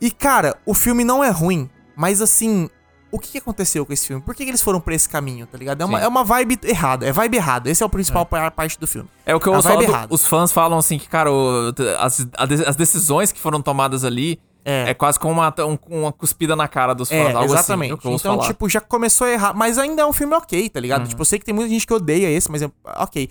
S3: E, cara, o filme não é ruim, mas assim. O que que aconteceu com esse filme? Por que, que eles foram pra esse caminho, tá ligado? É uma,
S6: Sim.
S3: é uma vibe errada. É vibe errada. Esse é o principal pa- parte do filme.
S6: É o que eu
S3: A
S6: ouço
S3: vibe
S6: falar do-
S3: errada.
S6: Os fãs falam assim que, cara, o- as, a de- as decisões que foram tomadas ali
S3: É.
S6: é, quase como uma, um- uma cuspida na cara dos fãs.
S3: É,
S6: algo
S3: exatamente.
S6: Assim, é o que eu ouço
S3: então,
S6: falar.
S3: tipo, já começou a errar. Mas ainda é um filme ok, tá ligado? Tipo, eu sei que tem muita gente que odeia esse, mas é ok.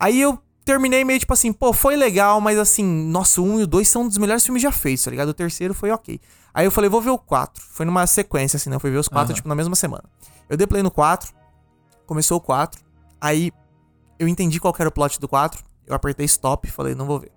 S3: Aí eu terminei meio tipo assim, pô, foi legal, mas assim, nossa, o 1 e o 2 são um dos melhores filmes já feitos, tá ligado? O terceiro foi ok. Aí eu falei, vou ver o 4. Foi numa sequência, assim, não. Fui ver os 4, tipo, na mesma semana. Eu dei play no 4, começou o 4, aí eu entendi qual que era o plot do 4, eu apertei stop, falei, não vou ver.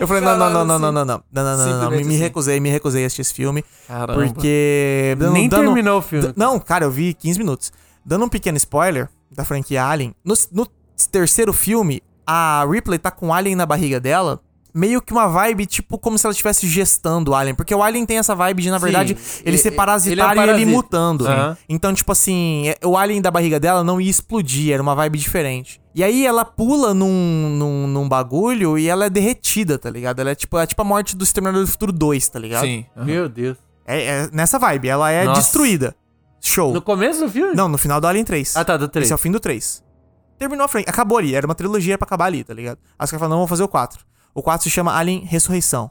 S3: eu falei, não, não, não, não, não, não, não, não, não, não, não, não, me, me
S6: Simplesmente
S3: recusei, me recusei a assistir esse filme.
S6: Caramba.
S3: Porque.
S4: nem
S3: dando-
S4: terminou o filme.
S3: d- Não, cara, eu vi 15 minutos. Dando um pequeno spoiler da franquia Alien, no, no terceiro filme, a Ripley tá com o Alien na barriga dela. Meio que uma vibe, tipo, como se ela estivesse gestando o Alien. Porque o Alien tem essa vibe de, na verdade, ele
S4: e-
S3: ser
S4: e-
S3: parasitário
S4: ele é um
S3: e ele
S4: parasita.
S3: mutando.
S4: Aham.
S3: Então, tipo assim, é- o Alien da barriga dela não ia explodir, era uma vibe diferente. E aí ela pula num, num, num bagulho e ela é derretida, tá ligado? Ela é tipo, é tipo a morte do Exterminador do Futuro 2, tá ligado?
S6: Sim. aham.
S4: Meu Deus.
S3: É, é nessa vibe, ela é
S6: Nossa.
S3: destruída. Show.
S4: No começo do filme?
S3: Não, no final do Alien 3.
S4: Ah, tá, do 3.
S3: Esse é o fim do 3. Terminou a frente. Acabou ali. Era uma trilogia era pra acabar ali, tá ligado? Aí os caras falaram, não, vou fazer o 4. O 4 se chama Alien Ressurreição.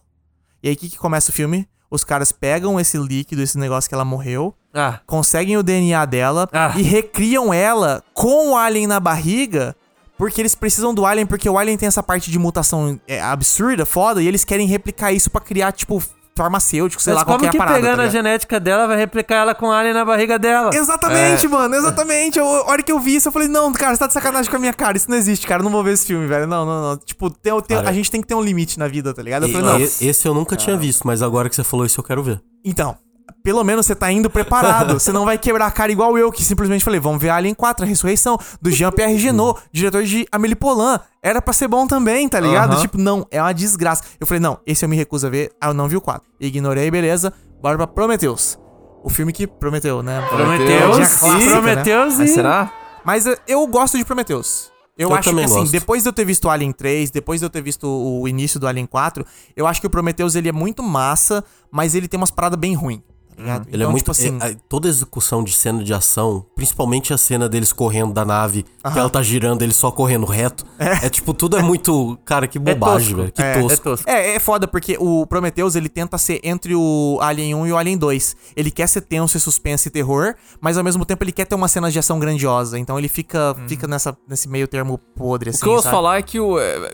S3: E aí, o que, que começa o filme? Os caras pegam esse líquido, esse negócio que ela morreu,
S4: Ah,
S3: conseguem o DNA dela
S4: Ah.
S3: e recriam ela com o Alien na barriga. Porque eles precisam do Alien, porque o Alien tem essa parte de mutação é, absurda, foda, e eles querem replicar isso pra criar, tipo, farmacêutico, sei
S4: mas
S3: lá qual
S4: como
S3: que é a
S4: que
S3: parada.
S4: pegando
S3: tá
S4: a
S3: ligado?
S4: genética dela vai replicar ela com alien na barriga dela?
S3: Exatamente, mano, exatamente. Eu, a hora que eu vi isso, eu falei, não, cara, você tá de sacanagem com a minha cara, isso não existe, cara, eu não vou ver esse filme, velho. Não, não, não. Tipo, tem, tem- a
S5: Cara.
S3: gente tem que ter um limite na vida, tá ligado? Eu
S5: E-
S3: falei, não.
S5: e- esse eu nunca tinha visto, mas agora que você falou isso eu quero ver.
S3: Então, pelo menos você tá indo preparado. você não vai quebrar a cara igual eu, que simplesmente falei, vamos ver Alien 4, a ressurreição, do Jean-Pierre Genot, diretor de Amélie Polan. Era pra ser bom também, tá ligado? Tipo, não, é uma desgraça. Eu falei, não, esse eu me recuso a ver, ah, eu não vi o 4. Ignorei, beleza, bora pra Prometheus. O filme que prometeu, né?
S4: Prometeus.
S3: Tinha clássica, né?
S4: Prometeus e...
S6: Mas será?
S3: Mas eh, eu gosto de Prometheus. Eu,
S5: Eu
S3: acho que
S5: também
S3: assim,
S5: gosto.
S3: depois de eu ter visto Alien 3, depois de eu ter visto o início do Alien 4, eu acho que o Prometheus ele é muito massa, mas ele tem umas paradas bem ruins. tá ligado?
S5: Ele é muito assim. toda a execução de cena de ação, principalmente a cena deles correndo da nave, que ela tá girando, ele só correndo reto. É, tipo, tudo é muito. Cara, que bobagem,
S4: tosco.
S5: velho. Que
S4: É, é
S5: tosco.
S4: tosco.
S3: É, é foda, porque o Prometheus, ele tenta ser entre o Alien 1 e o Alien 2. Ele quer ser tenso e suspense e terror, mas ao mesmo tempo ele quer ter uma cena de ação grandiosa. Então ele fica, fica nessa, nesse meio termo podre, assim,
S6: O que eu ouço
S3: sabe?
S6: falar é que o. é,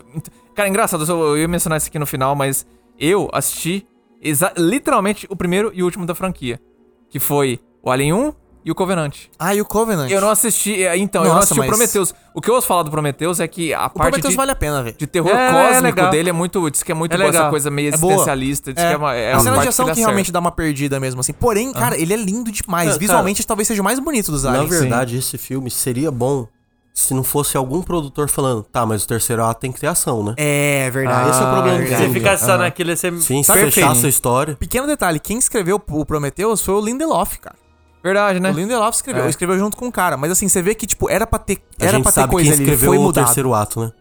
S6: Cara, é engraçado, eu eu ia mencionar isso aqui no final, mas eu assisti exa- literalmente o primeiro e último da franquia. Que foi o Alien 1 e o Covenant.
S3: Ah, e o Covenant?
S6: Eu não assisti. é, Então, eu não
S3: Nossa,
S6: assisti
S3: mas-
S6: o Prometheus. O que eu ouço falar do Prometheus é que a
S3: O
S6: parte
S3: Prometheus
S6: de,
S3: vale a pena, velho.
S6: de terror
S4: É, é
S6: cósmico
S4: legal.
S6: dele é muito. Diz que é muito
S4: É
S6: boa essa
S4: legal.
S6: coisa meio
S3: É boa.
S6: existencialista. Diz que é uma. É
S3: a
S6: uma
S3: cena
S6: parte
S3: de
S6: que
S3: ação
S6: dá
S3: que
S6: certo. Tá.
S3: realmente dá uma perdida mesmo, assim. Porém, cara, ele é lindo demais.
S5: Não,
S3: Visualmente, talvez seja o mais bonito dos
S5: tá. Na
S3: aliens.
S5: verdade, esse filme seria bom se não fosse algum produtor falando, tá, mas o terceiro ato tem que ter ação, né?
S3: É, verdade.
S5: Ah, esse é o problema
S3: verdade.
S5: que
S4: Você
S5: Entendi.
S4: fica só naquele. Você...
S5: Sim, se
S3: Perfeito.
S5: fechar a sua história.
S3: Pequeno detalhe, quem escreveu o Prometheus foi o Lindelof, cara.
S6: Verdade, né?
S3: O Lindelof escreveu,
S6: É.
S3: escreveu junto com o cara, mas assim, você vê que tipo era pra ter,
S5: A
S3: era
S5: gente
S3: pra ter
S5: sabe
S3: coisa
S5: quem
S3: ali,
S5: escreveu
S3: foi
S5: o
S3: mudado. Ah,
S5: terceiro ato, né?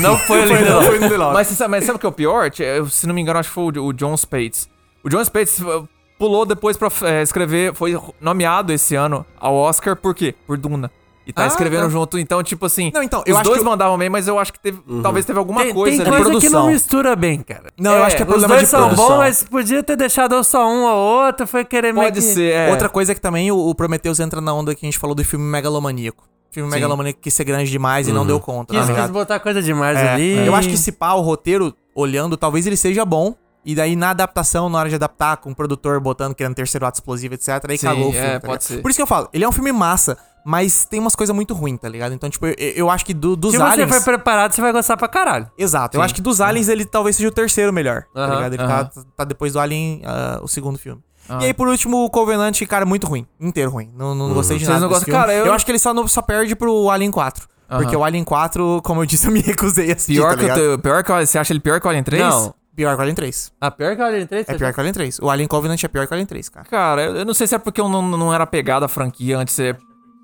S4: Não foi ali, não.
S3: Foi o Lindelof.
S6: Mas, você sabe, mas sabe o que é o pior? Eu, se não me engano, acho que foi o, o John Spates. O John Spates eh, pulou depois pra eh, escrever. Foi nomeado esse ano ao Oscar por quê? Por Duna. E tá
S3: Ah,
S6: escrevendo
S3: tá.
S6: junto. Então, tipo assim.
S3: Não, então, eu
S6: os
S3: acho
S6: dois
S3: que eu- Uhum.
S6: mandavam bem, mas eu acho que teve, talvez teve alguma
S4: Tem,
S6: coisa
S4: tem
S6: de
S4: coisa que
S6: produção.
S4: não mistura bem, cara.
S3: Não, eu
S6: É,
S3: acho que é
S6: os
S4: Os
S3: problema
S4: dois
S3: de
S4: são
S3: produção.
S4: bons, mas podia ter deixado só um ou outro, foi querer meio
S6: Pode
S4: que-
S6: ser. é.
S3: Outra coisa é que também o, o Prometheus entra na onda que a gente falou do filme megalomaníaco. Filme megalomaníaco que ser grande demais
S5: Uhum.
S3: e não deu conta,
S4: Quis,
S3: tá
S4: quis
S3: ligado?
S4: botar coisa demais
S3: É,
S4: ali.
S3: Eu acho que se pá, o roteiro, olhando, talvez ele seja bom. E daí, na adaptação, na hora de adaptar, com o produtor botando, querendo terceiro ato explosivo, etc., aí
S6: Sim,
S3: cagou o
S6: é,
S3: filme. tá
S6: pode
S3: ligado?
S6: ser.
S3: Por isso que eu falo, ele é um filme massa, mas tem umas coisas muito ruins, tá ligado? Então, tipo, eu, eu acho que do- dos
S4: Se você
S3: aliens.
S4: for preparado, você vai gostar pra caralho.
S3: Exato. Eu acho que dos aliens ele talvez seja o terceiro melhor. tá
S6: Aham,
S3: ligado? Ele tá, tá depois do Alien, ah, o segundo filme. E aí, por último, o Covenant, cara, muito ruim. Inteiro ruim. Não, não gostei de
S6: Uhum. Vocês
S3: nada.
S6: não
S3: desse
S6: gostam?
S3: filme.
S6: Cara, eu-
S3: acho que ele só, não- só perde pro Alien 4. Porque o Alien 4, como eu disse, eu me recusei a assistir.
S6: Pior
S3: tá
S6: que o
S3: ligado?
S6: teu- pior que o- você acha ele pior que o Alien 3?
S4: Não.
S3: Pior que o Alien 3.
S4: A pior que eu entrei,
S3: É pior que o Alien 3. O Alien Covenant é pior que o Alien 3, cara.
S6: Cara, eu eu não sei se é porque eu não, não era pegado à franquia antes, é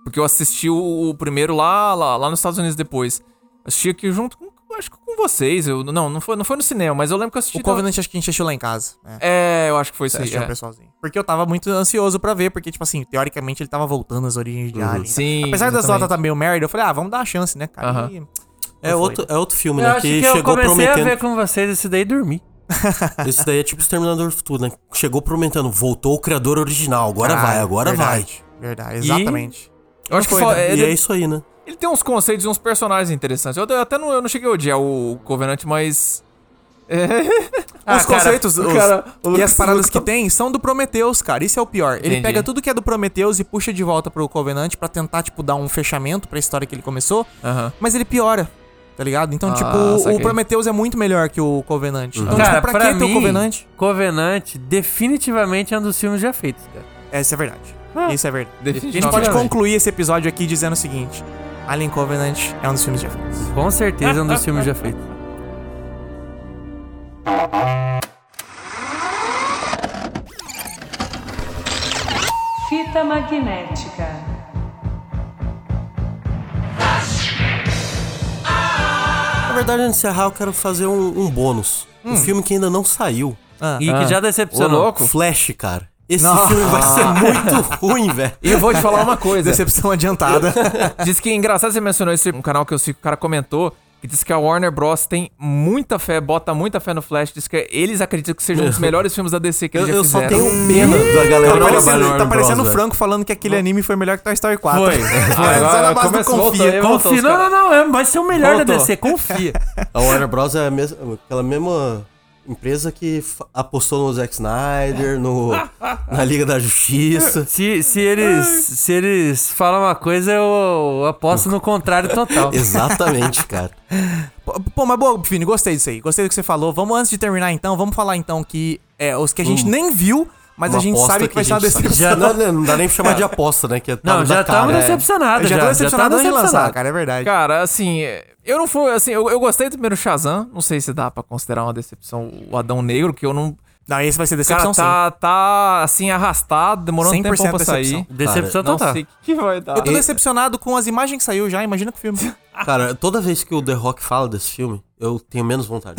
S6: porque eu assisti o, o primeiro lá, lá, lá nos Estados Unidos depois. Assisti aqui junto com, acho que com vocês. Eu, não, não foi, não foi no cinema, mas eu lembro que eu assisti.
S3: O Covenant acho que a gente assistiu lá em casa. né?
S6: É, eu acho que foi isso
S3: Você
S6: aí.
S3: assistiu um
S6: É.
S3: pessoalzinho. Porque eu tava muito ansioso pra ver, porque, tipo assim, teoricamente ele tava voltando às origens de Alien.
S6: Uhum.
S3: né?
S6: Sim,
S3: Apesar das
S6: exatamente.
S3: notas tá meio merda, eu falei, ah, vamos dar uma chance, né, cara?
S6: Aham.
S3: E-
S5: É outro, é outro filme,
S4: Eu
S5: né?
S4: acho
S5: Que,
S4: que eu
S5: chegou
S4: comecei a ver
S5: prometendo.
S4: com vocês esse daí e dormi.
S5: Isso daí é tipo Exterminador do Futuro, né? Chegou prometendo, voltou o criador original, agora
S3: Ah,
S5: vai, agora
S3: verdade,
S5: vai.
S3: Verdade, exatamente.
S6: Eu acho que
S5: Foi,
S6: só,
S5: né?
S6: ele,
S5: e é isso aí, né?
S6: ele tem uns conceitos e uns personagens interessantes. Eu, eu até não, eu não cheguei a odiar o Covenant, mas.
S3: os
S6: cara,
S3: conceitos
S6: o
S3: os-
S6: cara- o
S3: e
S6: Lucas-
S3: as paradas
S6: Lucas-
S3: que tem são do Prometheus, cara. Isso é o pior. Ele
S6: Entendi.
S3: pega tudo que é do Prometheus e puxa de volta pro Covenant pra tentar, tipo, dar um fechamento pra história que ele começou.
S6: Aham.
S3: Mas ele piora, tá ligado? Então,
S6: Ah,
S3: tipo,
S6: saquei.
S3: o Prometheus é muito melhor que o Covenant. Então,
S4: Cara,
S3: tipo, pra,
S4: pra
S3: que ter o
S4: mim-
S3: Covenant?
S4: Covenant definitivamente é um dos filmes já feitos, cara.
S3: É, Isso é verdade. Isso é verdade. A gente pode
S6: Definitivamente.
S3: concluir esse episódio aqui dizendo o seguinte: Alien Covenant é um dos filmes de efeitos.
S4: Com certeza é um dos filmes já feitos.
S1: Fita magnética.
S5: Na verdade, antes de encerrar, eu quero fazer um, um bônus.
S3: Hum.
S5: Um filme que ainda não saiu.
S3: Ah.
S4: E que já decepcionou.
S6: Ô, louco.
S5: Flash, cara. Esse
S3: Não. Ah.
S5: filme vai ser muito ruim, velho.
S6: E eu vou te falar uma coisa.
S3: Decepção adiantada.
S6: Diz que é engraçado você mencionou isso um canal que eu sigo, o cara comentou que diz que a Warner Bros tem muita fé, bota muita fé no Flash, diz que eles acreditam que seja um dos melhores filmes da DC que
S5: Eu,
S6: eles
S5: eu
S6: já
S5: só
S6: fizeram.
S5: tenho pena da
S3: Tá
S5: galera
S3: parecendo,
S5: que trabalha
S3: tá
S5: no Warner
S3: parecendo
S5: Bros,
S3: o
S5: velho.
S3: Franco falando que aquele anime foi melhor que Toy Story 4.
S6: Foi. Foi,
S3: Só
S6: agora
S3: na base do
S6: começa- voltou,
S3: confia.
S6: eu- Voltou
S4: Confia.
S6: os
S4: Não, não,
S6: caras.
S4: não. é- Vai ser o melhor da
S6: Voltou.
S4: DC, confia.
S5: A Warner Bros é a mesma- aquela mesma empresa que fa- apostou no Zack Snyder, no, na Liga da Justiça.
S4: Se, se, eles, se eles falam uma coisa, eu aposto no contrário total.
S5: Exatamente, cara.
S3: Pô, Pô, mas boa, Vini, gostei disso aí. Gostei do que você falou. Vamos, antes de terminar, então, vamos falar então que é, os que a gente nem viu, mas a gente
S5: aposta
S3: sabe tá que vai ser
S5: a
S3: uma
S5: gente sabe.
S3: decepção.
S5: Já não, não- não dá nem pra chamar de aposta, né? Que é
S4: Não,
S5: tava da
S4: já estamos
S5: cara.
S3: Eu
S4: decepcionados.
S3: já tô decepcionado antes de lançar,
S4: decepcionado.
S3: cara, é verdade.
S6: Cara, assim, eu não fui, assim, eu, eu gostei do primeiro Shazam, não sei se dá pra considerar uma decepção o Adão Negro, que eu não...
S3: Não, esse vai ser
S6: O cara
S3: decepção
S6: tá, tá, assim, arrastado, demorando
S3: 100%
S6: um tempo pra
S3: decepção.
S6: sair.
S4: Decepção
S6: Não
S4: total.
S6: sei o que, que vai dar.
S3: sim. Eu tô decepcionado com as imagens que saiu já, imagina que filme.
S5: sim. Cara, toda vez que o The Rock fala desse filme, eu tenho menos vontade.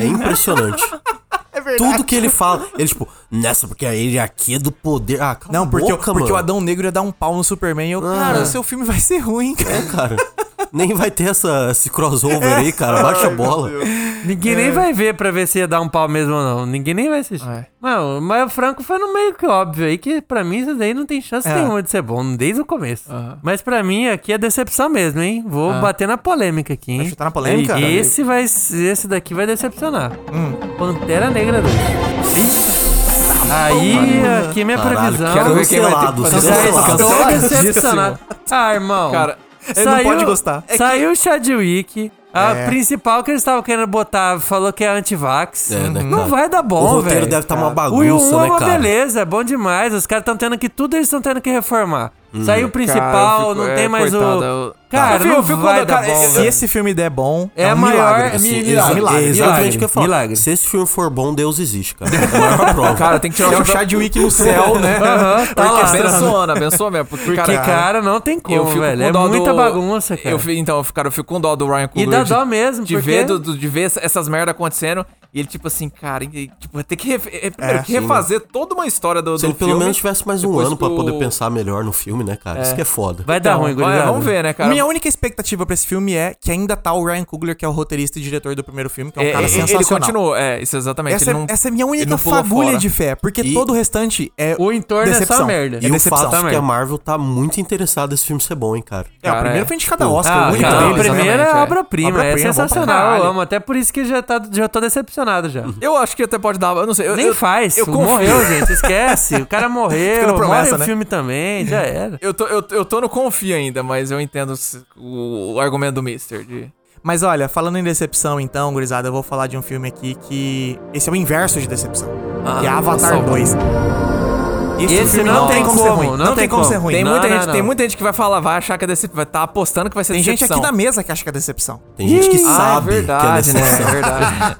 S5: É impressionante.
S3: É verdade.
S5: Tudo que ele fala, ele tipo, nessa, porque ele aqui é do poder. Ah, cala
S3: Não,
S5: a
S3: porque, o-
S5: boca,
S3: porque
S5: mano.
S3: o Adão Negro ia dar um pau no Superman e eu, cara, o seu filme vai ser ruim, cara.
S5: É, cara. Nem vai ter essa, esse crossover aí, cara. Baixa a bola.
S4: Ninguém nem vai ver pra ver se ia dar um pau mesmo ou não. Ninguém nem vai assistir.
S6: É.
S4: Mano, mas o Franco foi no meio que óbvio aí, que pra mim isso daí não tem chance
S3: É.
S4: nenhuma de ser bom, desde o começo.
S6: Aham.
S4: Mas pra mim aqui é decepção mesmo, hein? Vou bater na polêmica aqui,
S3: Vai
S4: hein?
S3: chutar na polêmica?
S4: E esse, vai, esse daqui vai decepcionar. Pantera Negra 2. Aí, aqui é minha
S5: Caralho,
S4: previsão.
S5: quero ver quem vai ter que
S4: Cancelado,
S5: fazer
S4: já
S5: essa
S4: estou
S5: relação.
S4: decepcionado. Ah, irmão.
S6: Cara,
S3: ele não pode gostar. É que-
S4: Saiu o Chadwick. A
S3: É.
S4: principal que eles estavam querendo botar falou que é antivax.
S5: É, né,
S4: não
S5: cara?
S4: vai dar bom,
S5: o
S4: velho.
S5: roteiro deve estar tá uma
S4: O Will
S5: bagunça,
S4: um é
S5: né,
S4: uma
S5: cara?
S4: beleza, é bom demais. Os caras estão tendo que tudo, eles estão tendo que reformar. Saiu o principal,
S6: eu fico-
S4: não
S6: é,
S4: tem mais
S6: coitada,
S4: o.
S6: eu-
S4: Cara,
S6: Uhum. Eu fico-
S4: não
S6: eu fico
S4: vai
S6: quando-
S4: dar
S6: cara,
S4: bom,
S3: É, Se
S4: velho.
S3: esse filme der bom, é,
S4: É a
S3: um
S4: maior-
S3: milagre.
S5: Assim,
S4: mi-
S5: exa-
S4: milagre,
S5: é exatamente
S4: milagre,
S5: o que eu falo.
S4: milagre.
S5: Se esse filme for bom, Deus existe, cara. É a maior prova.
S6: Cara, tem que tirar
S3: é
S6: o
S3: o
S6: chá de
S3: Chadwick no céu, né?
S4: Aham, tá lá.
S6: Abençoa, né? abençoa mesmo. Porque,
S4: Porque, cara, não tem como,
S6: eu fico
S4: velho.
S6: com
S4: É
S6: dó
S4: muita
S6: do-
S4: bagunça, cara.
S6: Eu, fi- então, eu fico- cara, eu fico com dó do Ryan
S4: É. E
S6: Coogler.
S4: dá
S6: de-
S4: dó mesmo,
S6: de
S4: porque...
S6: ver, do- do- de ver essa- essas merda acontecendo. E ele, tipo assim, cara, e- tipo, vai ter que, ref- é, primeiro,
S3: É,
S6: que refazer toda uma história do,
S5: Se
S6: do
S5: ele pelo
S6: filme.
S5: menos tivesse mais um
S6: depois
S5: ano pra
S6: do-
S5: poder pensar melhor no filme, né, cara? Isso que é foda.
S4: Vai dar
S6: Então,
S4: ruim,
S6: olha,
S4: gurizada.
S6: Vamos ver, né, cara?
S3: Minha única expectativa pra esse filme é que ainda tá o Ryan Coogler, que é o roteirista e diretor do primeiro filme, que é um
S6: É,
S3: cara
S6: é,
S3: sensacional.
S6: Ele continuou, é, isso exatamente.
S3: Essa,
S6: ele não-
S3: essa é a minha
S6: ele
S3: única
S6: não pulou
S3: fagulha
S6: fora.
S3: de fé, porque
S5: E-
S3: todo o restante é
S4: O entorno é só
S3: decepção.
S4: merda.
S5: E
S3: É
S5: o
S3: decepção.
S5: fato é que
S4: também.
S5: a Marvel tá muito interessada esse filme ser bom, hein, cara.
S3: É, o
S6: Cara,
S3: primeiro
S6: é.
S3: foi indicado a Oscar,
S4: Ah,
S3: o único
S6: cara,
S4: cara,
S6: dele,
S4: o
S3: deles, né?
S4: primeiro é
S6: exatamente, é.
S4: obra-prima, é
S3: Obra-prima, bom pra
S4: sensacional,
S6: caralho.
S4: eu amo, até por isso que já, tá, já tô decepcionado já.
S6: Eu acho que até pode dar. Eu não sei. eu-
S4: Nem
S6: eu-
S4: faz,
S6: Eu confio.
S4: morreu, gente, esquece, o cara
S3: Fica
S4: morreu,
S3: na promessa,
S4: morre o
S3: né?
S4: filme também, já era.
S6: Eu tô, eu, eu tô no confia ainda, mas eu entendo se- o, o argumento do Mister. De...
S3: Mas olha, falando em decepção, então, gurizada, eu vou falar de um filme aqui que. Esse é o inverso de decepção. que é Avatar
S6: salvou.
S3: 2.
S4: Esse não tem
S3: ser
S4: como,
S3: ruim.
S4: não
S3: Não tem
S4: tem
S3: como ser
S4: como.
S3: ruim.
S6: Tem,
S4: Não,
S6: muita
S4: não,
S6: gente,
S4: não.
S6: tem muita gente que vai falar, vai achar que é decepção. Vai tá apostando que vai ser
S3: Tem gente
S6: decepção.
S3: aqui na mesa que acha que é decepção.
S5: Tem gente que
S6: Ah,
S5: sabe que
S6: verdade,
S5: é
S6: né?
S5: decepção.
S6: É verdade.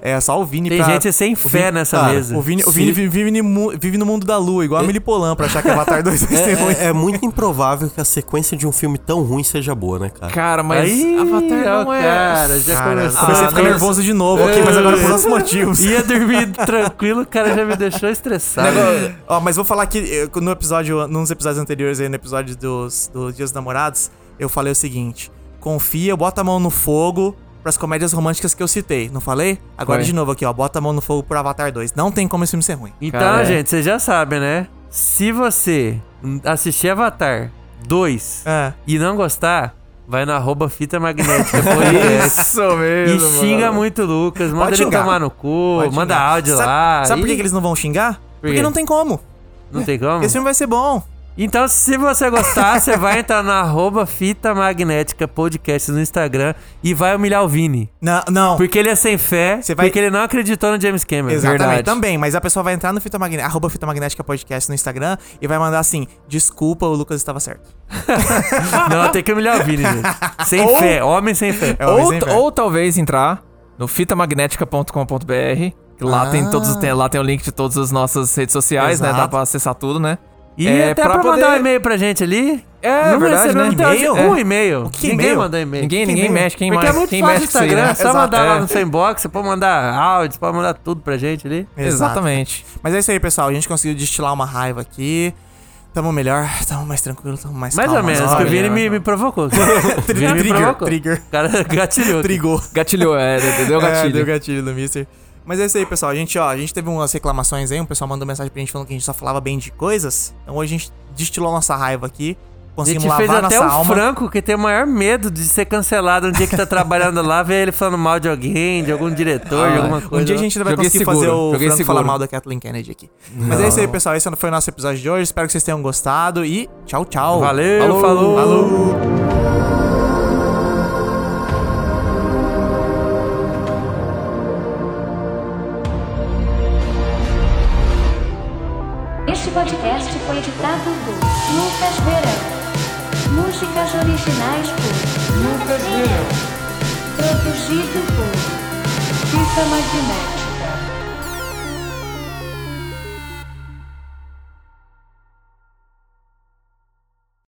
S3: É só o Vini
S4: Tem
S3: pra-
S4: gente sem
S3: o
S4: fé
S3: Vini-
S4: nessa
S5: cara,
S4: mesa. É.
S3: O Vini, o Vini vive, vive no mu- vive no mundo da lua, igual a Mili Polan, pra achar que é Avatar 2 vai ser ruim.
S5: É, é- é muito improvável que a sequência de um filme tão ruim seja boa, né, cara?
S6: Cara, mas
S4: Aí,
S6: Avatar não é.
S4: cara, já
S3: Cara,
S4: começou.
S3: comecei a
S4: Ah,
S3: ficar
S4: não. é-
S3: nervoso de novo aqui, mas agora por outros motivos.
S4: Ia dormir tranquilo, o cara já me deixou estressado.
S3: Ó, mas vou falar que eh, no episódio, nos episódios anteriores aí, no episódio dos, dos Dias dos Namorados, eu falei o seguinte: confia, bota a mão no fogo pras comédias românticas que eu citei, não falei? Agora
S6: Foi.
S3: de novo aqui, ó, bota a mão no fogo pro Avatar 2. Não tem como esse filme ser ruim.
S4: Então,
S6: Cara, é.
S4: gente, vocês já sabem, né? Se você assistir Avatar 2
S3: É.
S4: e não gostar, vai na arroba fita magnética podcast
S6: Isso mesmo.
S4: e xinga
S6: mano.
S4: muito o Lucas, manda
S3: Pode
S4: ele
S3: xingar.
S4: tomar no cu,
S3: Pode
S4: manda
S3: xingar.
S4: áudio
S3: sabe,
S4: lá.
S3: Sabe por que
S4: Ih,
S3: que eles não vão xingar? Porque
S4: quê? Hum.
S3: não tem como.
S4: Não tem
S3: Esse
S4: como?
S3: é um filme vai ser bom.
S4: Então, se você gostar, você vai entrar na arroba fita magnética podcast no Instagram e vai humilhar o Vini.
S3: Não, não.
S4: Porque ele é sem fé,
S3: Você vai-
S4: porque ele não acreditou no James Cameron.
S3: Exatamente,
S4: Verdade.
S3: também. Mas a pessoa vai entrar no Fita Magnética, arroba Fita Magnética Podcast no Instagram e vai mandar assim: desculpa, o Lucas estava certo.
S4: Não, tem que humilhar o Vini, gente. Sem fé, homem sem fé.
S3: É o
S6: Ou,
S3: Wizenberg.
S6: ou talvez entrar no fitamagnética.com.br. que Lá, tem todos, tem, lá tem o link de todas as nossas redes sociais, né? Dá
S3: Exato.
S6: pra acessar tudo, né?
S4: E
S6: É,
S4: até pra,
S6: pra
S4: mandar um
S6: poder-
S4: e-mail pra gente ali.
S6: É,
S4: não
S6: verdade,
S4: recebemos
S6: né? é.
S4: até hoje
S3: E-mail?
S4: Um e-mail.
S3: O que
S4: ninguém
S3: e-mail?
S4: mandou e-mail.
S6: Ninguém,
S3: Quem
S6: ninguém
S3: mexe?
S6: mexe, quem
S4: Porque
S6: mais,
S4: é muito
S6: quem
S4: fácil o
S6: mexe com isso aí,
S4: Instagram,
S6: né?
S4: é só
S6: Exato,
S4: mandar
S6: é.
S4: lá no seu inbox, você pode mandar áudio, você pode mandar tudo pra gente ali.
S3: Exato.
S6: Exatamente.
S3: Mas é isso aí, pessoal. A gente conseguiu destilar uma raiva aqui. Tamo melhor, tamo mais tranquilo, tamo mais
S4: Mais ou
S3: calmo
S4: menos,
S3: agora.
S4: que o Vini
S6: né?
S4: me, me provocou. O Vini me
S3: Trigger,
S4: provocou.
S3: trigger.
S4: O cara é gatilhou. aqui.
S3: Trigou.
S6: Gatilhou, é, deu- deu
S3: É,
S6: gatilho.
S3: deu gatilho do Mister. Mas é isso aí, pessoal. A gente, ó, a gente teve umas reclamações aí, um pessoal mandou mensagem pra gente falando que a gente só falava bem de coisas. Então hoje a gente destilou nossa raiva aqui.
S4: A gente
S3: Conseguimos
S4: fez
S3: lavar
S4: até
S3: nossa
S4: o
S3: alma.
S4: Franco, que tem o maior medo de ser cancelado um dia que tá trabalhando lá, ver ele falando mal de alguém, de algum diretor, de alguma coisa.
S3: Um dia a gente ainda vai
S6: Joguei
S3: conseguir
S6: seguro,
S3: fazer o
S6: joguei
S3: Franco falar
S6: seguro.
S3: mal da Kathleen Kennedy aqui. Mas é isso aí, pessoal. Esse foi o nosso episódio de hoje. Espero que vocês tenham gostado e tchau, tchau.
S4: Valeu,
S6: Falou,
S4: falou.
S3: Falou.
S7: Este podcast foi editado por Lucas Verão. Músicas originais por Lucas Verão. Produzido por
S1: Fita magnética.